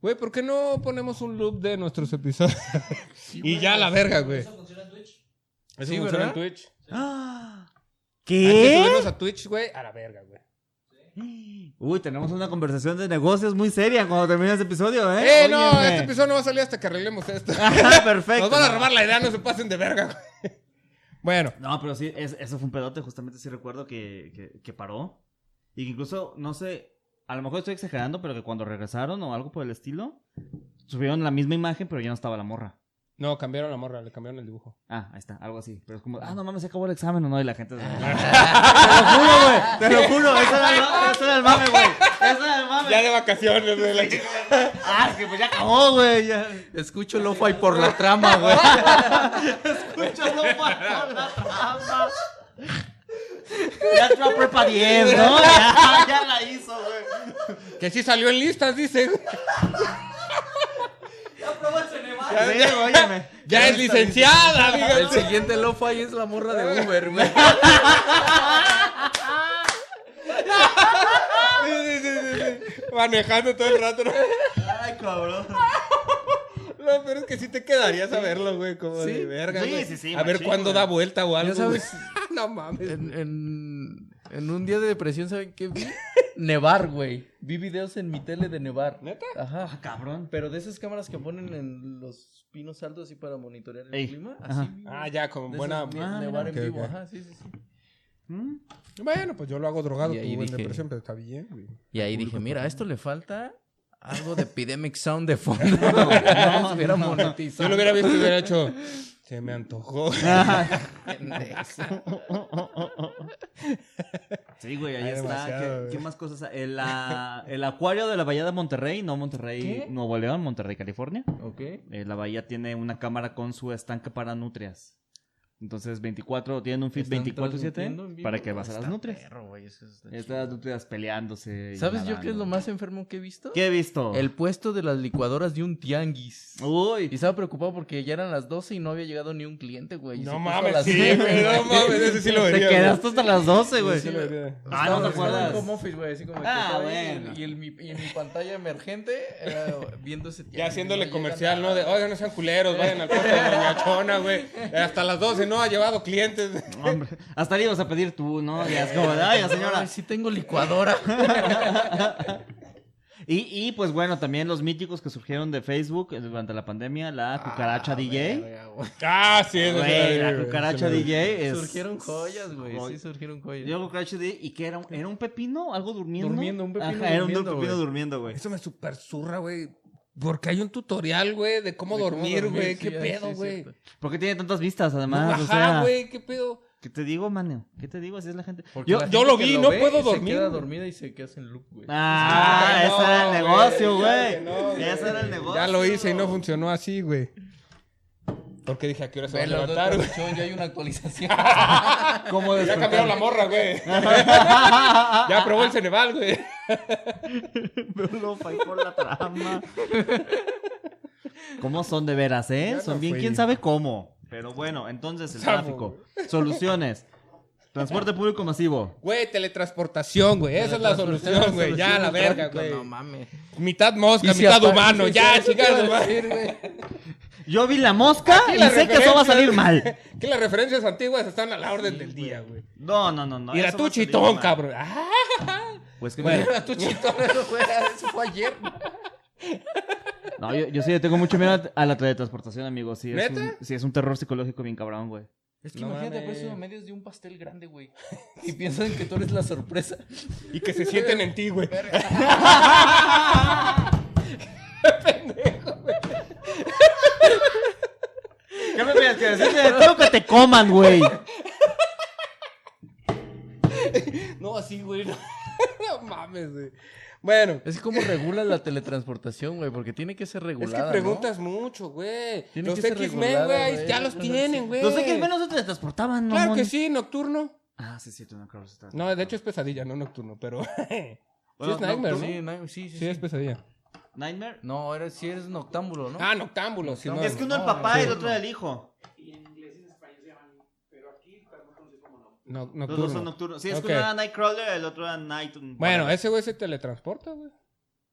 Güey, ¿por qué no ponemos un loop de nuestros episodios? y ya la verga, güey.
¿Eso funciona en Twitch?
Eso
Sí,
funciona en
¿verdad?
Twitch.
Ah.
Hay que
¿Qué?
subirnos a Twitch, güey, a la verga, güey.
Uy, tenemos una conversación de negocios muy seria cuando termine este episodio, ¿eh?
¡Eh, no!
Óyeme.
Este episodio no va a salir hasta que arreglemos esto.
Ajá, perfecto.
Nos van a robar la idea, no se pasen de verga, güey. Bueno,
No, pero sí, es- eso fue un pedote, justamente sí recuerdo que, que, que paró. Y que incluso, no sé, a lo mejor estoy exagerando, pero que cuando regresaron o algo por el estilo, subieron la misma imagen, pero ya no estaba la morra.
no, cambiaron la morra, le cambiaron el dibujo.
Ah, ahí está, algo así. Pero es como, ah, no mames, se acabó el examen o no, y la gente. te lo juro, güey, te lo juro, eso era el, eso era el mame, güey. Eso era el mame.
Ya de vacaciones, güey. la chica.
Ah, es que pues ya acabó, güey. Ya.
Escucho Lo-Fi por la trama, güey.
Escúchalo bajo la trama. Ya entró a prepa 10, ¿no? Ya, ya la hizo, güey.
Que sí salió en listas, dice.
¡Ya probó el Ceneval!
Ya, sí, óyeme.
Ya es licenciada,
El
díganse.
siguiente Lo-Fi es la morra de Uber, güey.
Sí, sí, sí, sí, sí. Manejando todo el rato. ¿no?
Ay, cabrón.
Lo peor es que sí te quedarías a verlo, güey, como de
Sí.
verga,
Sí,
güey.
sí, sí,
A ver
machín,
cuándo
güey.
da vuelta o algo,
sabes.
güey. no mames.
En, en, en un día de depresión, ¿saben qué vi? Nevar, güey. Vi videos en mi tele de nevar.
¿Neta?
Ajá.
Ah, cabrón.
Pero de esas cámaras que ponen en los pinos altos y para monitorear el
Ey,
clima,
ajá.
así. vi, güey.
Ah, ya, con
De
buena...
esas de
ah,
nevar
mira,
en
ok,
vivo,
ok.
ajá, sí, sí, sí.
¿Mm?
Bueno, pues yo lo hago drogado,
Y ahí
tuve
dije-
depresión, pero está bien, güey.
Y ahí dije, mira, a esto le falta algo de Epidemic Sound de fondo. No, no, hubiera monetizado.
Yo lo hubiera visto y hubiera hecho... Se me antojó.
Sí, güey, ahí
Ay,
está.
demasiado,
¿Qué,
güey.
qué más cosas? El, ah, el acuario de la bahía de Monterrey, no Monterrey,
¿Qué?
Nuevo León, Monterrey, California.
Ok.
Eh, la bahía tiene una cámara con su estanque para nutrias. Entonces, 24, tienen un feed
Están
24-7
transmitiendo
para que vas a las
Está
nutrias.
perro, güey, eso está chido.
Estas nutrias peleándose. y
¿Sabes yo qué es
nadando.
lo más enfermo que he visto?
¿Qué he visto?
El puesto de las licuadoras de un tianguis. Y
Uy.
estaba preocupado porque ya eran las 12 y no había llegado ni un cliente, güey. Y se
No
puso a
mames,
las
sí,
7,
güey, no mames, ese sí lo
Te
vería. güey.
quedaste hasta las 12, güey.
Sí lo vería.
Ah, no te
Estaba- estaba en
acuerdas.
home office, güey, así como que
Ah,
estaba ahí
bueno.
Y, el- mi, y mi pantalla emergente eh, viendo ese tianguis,
Ya haciéndole
no llega
comercial,
nada.
¿no? De, oigan, no sean culeros, vayan al puesto de Doña Chona, güey. Hasta las 12 no ha llevado clientes.
Hombre, hasta le ibas a pedir tú, ¿no? Ya es como, de, ay, la señora.
Ay, sí tengo licuadora.
Y, y, pues bueno, también los míticos que surgieron de Facebook durante la pandemia, la cucaracha DJ.
Verga, Ah, güey.
Ah, sí, eso sí lo
Güey,
vi,
la
güey, sí
cucaracha
lo vi.
DJ es...
Surgieron joyas, güey.
Joy-
Sí, surgieron joyas.
Yo cucaracha DJ y que era un, era un pepino, algo durmiendo.
Durmiendo, un pepino
Ajá, era un
durmiendo,
pepino
güey.
durmiendo, güey.
Eso me super zurra, güey. Porque hay un tutorial, güey, de cómo
De cómo
dormir, güey.
sí,
¿Qué
ay, sí,
pedo,
es
güey?
cierto.
¿Por qué tiene tantas vistas además?
Ajá,
o sea,
güey, ¿qué pedo?
¿qué te digo, mano? ¿Qué te digo? Así es la gente.
Porque
Yo-
la
yo
gente
lo
que
vi, no
ve,
puedo
Se
dormir.
queda dormida y se queda en loop, güey.
Ah,
Ay,
ese
no,
era el
güey,
negocio, güey.
claro que no, güey.
ese era el negocio.
Ya lo hice y no funcionó así, güey. Porque dije, ¿a qué hora se va a
Ve, la otra
levantar, güey?
actualización, ya hay una actualización.
¿Cómo
Ya cambiaron la morra, güey. Ya probó el Ceneval, güey.
Veo lo fai por la trama. ¿Cómo son de veras, eh?
Ya
son
no
bien,
fui.
quién sabe cómo. Pero bueno, entonces el
Samo,
tráfico. Soluciones. Transporte público masivo.
Güey, teletransportación, güey. Esa es la solución, güey. Ya, la verga, güey.
pues, No mames.
Mitad mosca,
Y si
mitad
apa-
humano.
sí,
Ya,
sí, sí, te
chicas,
iba a
humano.
decir, güey.
Yo vi la mosca
Aquí
y
la
sé que eso va a
referencia-
salir mal.
Que las referencias antiguas están a la orden del día, güey.
No, no, no, no.
y la
eso va
tu
a salir
chitón,
mal.
cabrón. Ah,
Pues que
bueno,
mira,
la tu chitón.
Eso fue- Eso fue ayer.
No, yo, yo sí le tengo mucho miedo a- a la teletransportación, amigo. Sí, es
¿Neta?
un, sí, es un terror psicológico bien cabrón, güey.
Es que
No
imagínate, pues,
mames.
por eso medios de un pastel grande, güey. Y piensan que tú eres la sorpresa.
Y que se sienten en ti, güey.
¿Qué me tienes que decir? Tengo que te coman, güey.
No, así, güey. No, No mames, güey. Bueno,
Es que cómo regulas la teletransportación, güey, porque tiene que ser
es
regulada.
que
¿no?
preguntas mucho, güey.
Tiene
Los
que ser
X-Men,
regulada,
güey, ahí
güey.
ya los tienen, güey.
Los X-Men no se teletransportaban, ¿no?
Claro que sí, nocturno.
Ah, sí, sí, tú no creo que se
No, de
teletransportaban.
hecho es pesadilla, no nocturno, pero. sí
Bueno,
es Nightmare,
nocturno.
¿no?
Sí, no, sí, sí.
Sí, es
sí.
pesadilla.
Nightmare.
No, eres, sí eres noctámbulo, ¿no?
Ah, noctámbulo, sí, no.
Es que uno el
no,
papá
sí.
y el otro el hijo.
No-
Los dos son
nocturno.
nocturnos. Sí, es
Ok.
que uno era Nightcrawler, el otro era Night.
Bueno, ese güey se teletransporta, güey.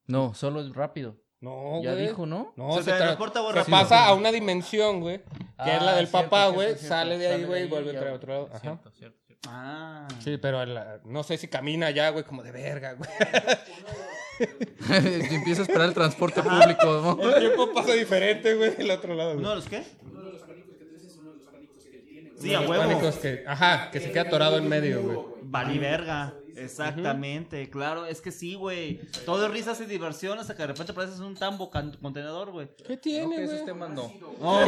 No, solo es rápido.
No, güey.
ya dijo, ¿no?
No,
Se
se, tra-
teletransporta, güey,
se
rápido.
pasa a una dimensión, güey. Que
Ah,
es la del
cierto,
papá,
cierto,
güey.
cierto.
Sale de ahí, güey, y
de
vuelve
ahí,
a traer
ya,
otro lado. Ajá.
Cierto, cierto, cierto.
Ah.
Sí, pero la- no sé si camina ya, güey, como de verga, güey.
Y empieza a esperar el transporte público, ¿no?
El tiempo pasa diferente, güey, del otro lado,
¿Uno
güey.
de los qué?
Uno de los
Sí, a huevo.
pánicos que, ajá, que se queda atorado en medio, güey.
Vali verga. Exactamente, claro, es que sí, güey. Todo es risas y diversión hasta que de repente pareces un tambo can- contenedor, güey.
¿Qué
No, este que
tiene,
esos
güey?
temas no.
No,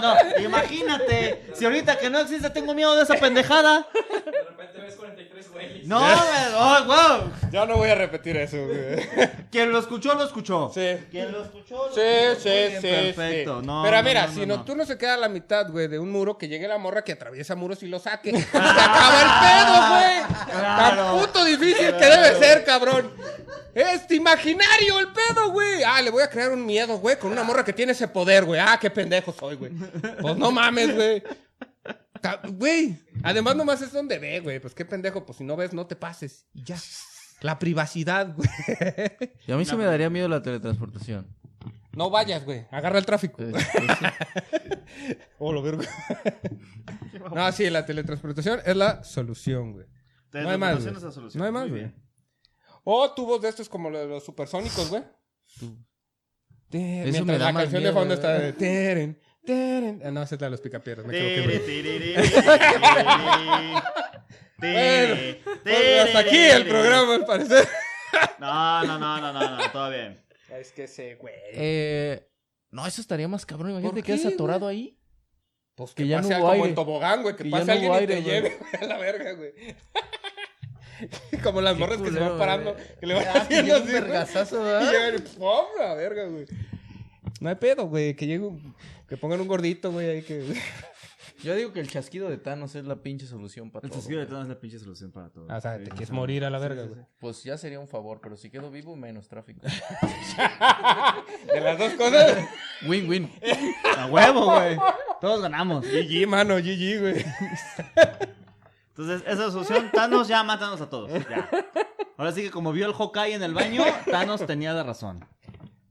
no, no, imagínate. Si ahorita que no existe, tengo miedo de esa pendejada.
De repente ves 43 güeyes.
No, güey, no, wow.
Yo no voy a repetir eso, güey.
Quien lo escuchó, lo escuchó.
Sí.
Quien lo escuchó, lo
Sí,
escuchó.
sí,
Muy
sí.
bien,
Perfecto.
Perfecto, no.
Pero
no,
mira,
no,
si
no, no.
Nocturno se queda a la mitad, güey, de un muro, que llegue la morra que atraviesa muros y lo saque. ¡Y se acaba el pedo, güey!
Claro.
Tan puto difícil que debe ser, cabrón. Este imaginario el pedo, güey. Ah, le voy a crear un miedo, güey, con una morra que tiene ese poder, güey. Ah, qué pendejo soy, güey. Pues no mames, güey. Ta- Güey, además nomás es donde ve, güey. Pues qué pendejo, pues si no ves, no te pases. Y ya. La privacidad, güey.
Y a mí sí me daría miedo la teletransportación.
No vayas, güey. Agarra el tráfico.
Eh, eh, sí.
Oh, lo verga. no, sí, la teletransportación es la solución, güey. No hay más.
Solución
güey.
es la solución.
No hay más,
Muy
güey.
bien.
O tubos Oh, de estos como los, de los supersónicos, güey. Te-
Eso
Mientras
me da
la
más
canción de
miedo,
fondo está
güey.
de. Teren, teren. Ah, no, esa es la de los picapierras. Me equivoqué, güey. Bueno, bueno, Pues, hasta aquí el programa, al parecer.
No, no, no, no, no, no, todo bien.
Es que ese, güey.
Eh, no, eso estaría más cabrón. Imagínate
¿Por
que quedas
qué,
atorado ahí.
Pues
que
que,
ya
pase
no
algo
hubo
como
aire.
el tobogán, güey. Que
Que ya
pase
no
alguien
hubo
y te
aire, güey.
lleve güey, a la verga, güey. como las
Qué
morras que se van
culero,
parando,
güey.
que le van
Ah, que
haciendo
llega
así.
un
güey.
vergazazo,
Y
¿verdad?
llegan y ¡pum! la verga, güey. No hay pedo, güey. Que llegue un- Que pongan un gordito, güey, ahí que...
Yo digo que el chasquido de Thanos es la pinche solución para
El
todo.
chasquido de Thanos es la pinche solución para todo.
Ah, o sea,
Sí,
te
no
quieres
sabes.
morir a la verga, güey.
Pues ya sería un favor, pero si quedo vivo, menos tráfico.
De las dos cosas...
Win, win.
A huevo, güey. Todos ganamos.
GG, mano, GG, güey.
Entonces, esa es la solución. Thanos ya mátanos a todos. Ya. Ahora sí que como vio el Hawkeye en el baño, Thanos tenía la razón.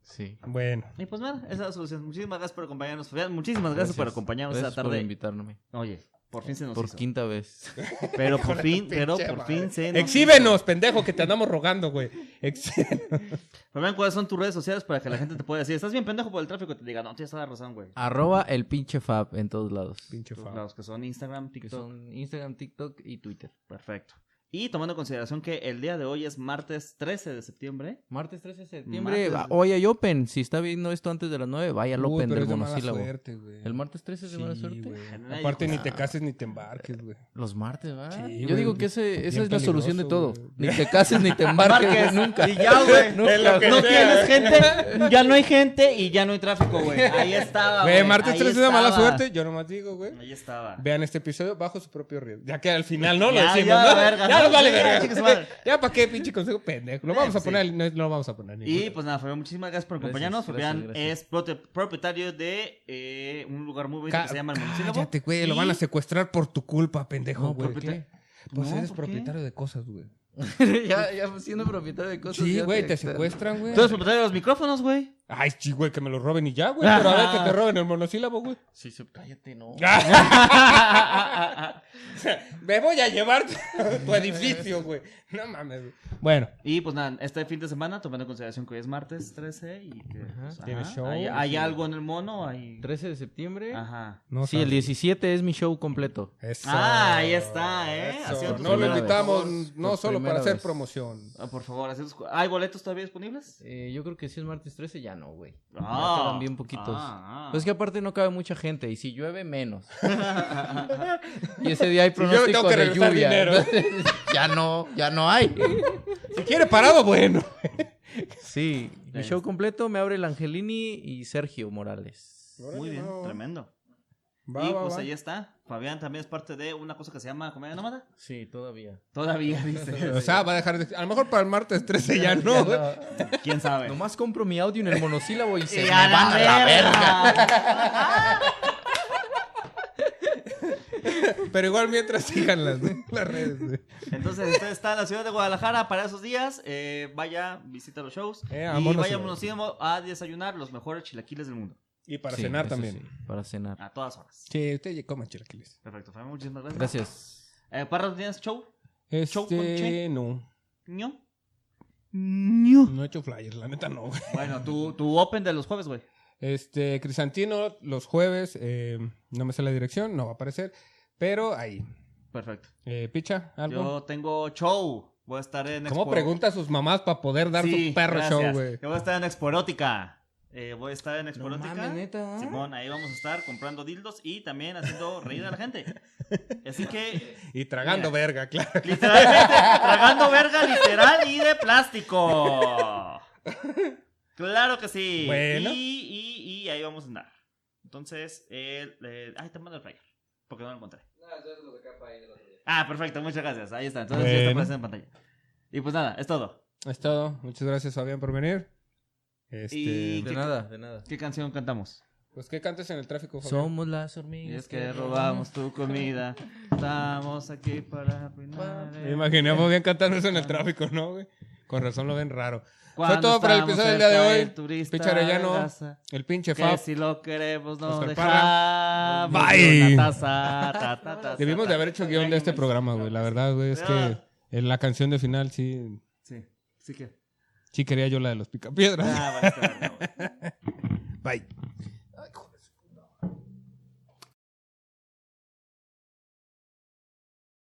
Sí.
Bueno.
Y pues nada, esa es la solución. Muchísimas gracias por acompañarnos, Fabián. Muchísimas gracias, por acompañarnos
Gracias
esta
por
tarde.
invitarme.
Oye, por fin se nos
Por
hizo.
quinta vez.
Pero por fin, pero por fin se nos
Exhíbenos, pendejo, que te andamos rogando, güey. Exhíbenos.
hizo. Fabián, ¿cuáles son tus redes sociales para que la gente te pueda decir? Estás bien pendejo por el tráfico. Te diga, no, tienes toda la razón,
Ah,
güey.
Arroba el pinche Fab en todos lados.
Pinche
Tus
fao.
lados que son Instagram,
Que
TikTok.
son Instagram, TikTok y Twitter.
Perfecto. Y tomando en consideración que el día de hoy es martes 13 de septiembre.
Martes 13 de septiembre.
Martes-
Hoy hay Open. Si está viendo esto antes de las 9, vaya al
Uy,
Open
pero
del
es de mala
monosílabo.
suerte, güey.
El martes 13 es de buena
Sí,
suerte.
güey. Aparte, ni te cases ni te embarques, güey.
Los martes, ¿va?
Sí,
Yo
güey,
digo que ese- esa es la
peligroso,
solución de todo.
güey.
Ni te cases ni te embarques güey,
Marques.
nunca.
Y ya, güey.
Nunca.
Es lo que
No
sea,
tienes
güey.
gente, ya no hay gente y ya no hay tráfico, güey. Ahí estaba,
Güey, martes
Ah, ahí
13 es de mala
estaba.
suerte. Yo nomás digo, güey.
Ahí estaba.
Vean este episodio bajo su propio riesgo. Ya que al final no lo
Ya,
decimos,
ya,
¿no?
verga.
ya nos vale
Ya, chingue su madre.
verga. Ya para qué pinche consejo pendejo. Lo vamos a
Sí.
poner, no, no lo vamos a poner. ni
Y
puta.
pues nada, Fabián, muchísimas gracias por
Gracias,
acompañarnos.
gracias,
Fabián
gracias.
es prote- propietario de eh, un lugar muy bonito
Ca-
que se llama El Monosílabo.
cállate, güey, lo
Y-
van a secuestrar por tu culpa, pendejo,
No,
güey.
¿por qué?
Pues
No,
eres
¿por qué?
propietario de cosas, güey.
ya, ya siendo propietario de cosas.
Sí,
ya
güey, te
está-
secuestran, güey.
Tú eres propietario de los micrófonos, güey.
Ay, sí, güey, que me lo roben y ya, güey. Pero a ver que te roben el monosílabo, güey.
Sí, se- cállate, no.
me voy a llevar tu, tu edificio, güey. No mames, güey. Bueno,
Y pues nada, este fin de semana, tomando en consideración que hoy es martes 13 y que pues,
Tiene
ajá,
show,
hay,
sí.
hay algo en el mono, hay...
13 de septiembre.
Ajá.
no
sí, el 17 es mi show completo.
Eso,
Ah, ahí está, ¿eh?
eso.
Haciendo
No lo
tus
invitamos
primeras
no
Por
solo para
primera
hacer
vez.
promoción.
Ah, por favor, hacemos cu- ¿hay boletos todavía disponibles?
Eh, yo creo que si es martes 13 ya no, güey.
Ah,
ya quedan bien poquitos.
ah, ah.
Pues que aparte no cabe mucha gente y si llueve menos. y ese día hay
yo tengo
pronóstico
que
de
regresar
lluvia.
dinero.
entonces, ya no, ya no hay.
Si quiere parado, bueno.
Sí, mi
Ya
show
está.
completo me abre el Angelini y Sergio Morales.
Muy bien, tremendo.
Va,
y
va,
pues
va.
ahí está. Fabián también es parte de una cosa que se llama Comedia Nómada.
Sí, todavía.
Todavía, dice.
O sea, va a dejar de... A lo mejor para el martes 13 ya no. güey.
¿Quién sabe?
pues, Nomás compro mi audio en el monosílabo y se
Y
me
a
van a la verga.
Pero igual mientras sigan las, las redes. güey.
Entonces, si usted está en la ciudad de Guadalajara para esos días, eh, vaya, visita los shows
Eh, a
y
Monos
vaya a
Ibero.
Monosílabo a desayunar los mejores chilaquiles del mundo.
Y para
Sí,
cenar
eso
también.
sí, para cenar.
A todas horas.
Sí, usted ya coma chilaquiles.
Perfecto, Fabián, muchísimas gracias.
Gracias.
Eh, Parra, ¿tú ¿tienes show? Show con
Este,
che.
no.
¿No?
No he hecho flyers, la neta no, güey.
Bueno, tu, tu open de los jueves, güey.
Este, Crisantino, los jueves, eh, no me sé la dirección, no va a aparecer. Pero ahí.
Perfecto.
Eh, Picha, algo.
Yo tengo show. Voy a estar en
¿Cómo
Expo-
pregunta a sus mamás para poder dar
Sí,
su perro
gracias.
show, güey?
Yo voy a estar en Exporótica. Eh, voy a estar en
No
Exporótica.
mames, neta. ¿eh?
Simón, ahí vamos a estar comprando dildos y también haciendo reír a la gente. Así que,
Y tragando verga, claro.
literalmente, tragando verga literal y de plástico. Claro que sí.
Bueno.
Y, y- y ahí vamos a andar. Entonces, el, eh, ay, te mando el flyer, porque no lo encontré.
No, eso es lo que capa ahí del otro día.
Ah, perfecto, muchas gracias. Ahí está. Entonces, ya está
Bueno.
apareciendo en pantalla. Y pues nada, es todo.
Es todo. Muchas gracias, Fabián, por venir. Este,
Y-
De nada, de nada.
¿Qué canción cantamos?
Pues, ¿qué cantes en el tráfico, Fabián?
Somos las
Y
hormigas.
es que robamos tu comida. Estamos aquí para arruinar. el-
Me imaginé a Fabián cantando eso en el tráfico, ¿no, güey? Con razón lo ven raro.
Cuando
Fue todo para el
estamos
episodio del día de
cerca
hoy.
del turista
Picha Arellano,
de raza,
El pinche
Que
Fab.
si lo queremos, no
Oscar
dejamos.
Bye.
Una taza, ta, ta, ta,
Debimos
ta,
de haber hecho guión de este programa, güey. La verdad, güey, es que en la canción de final sí,
Sí, sí que.
sí quería yo la de los picapiedras.
Ah, vale, está bien, no, güey.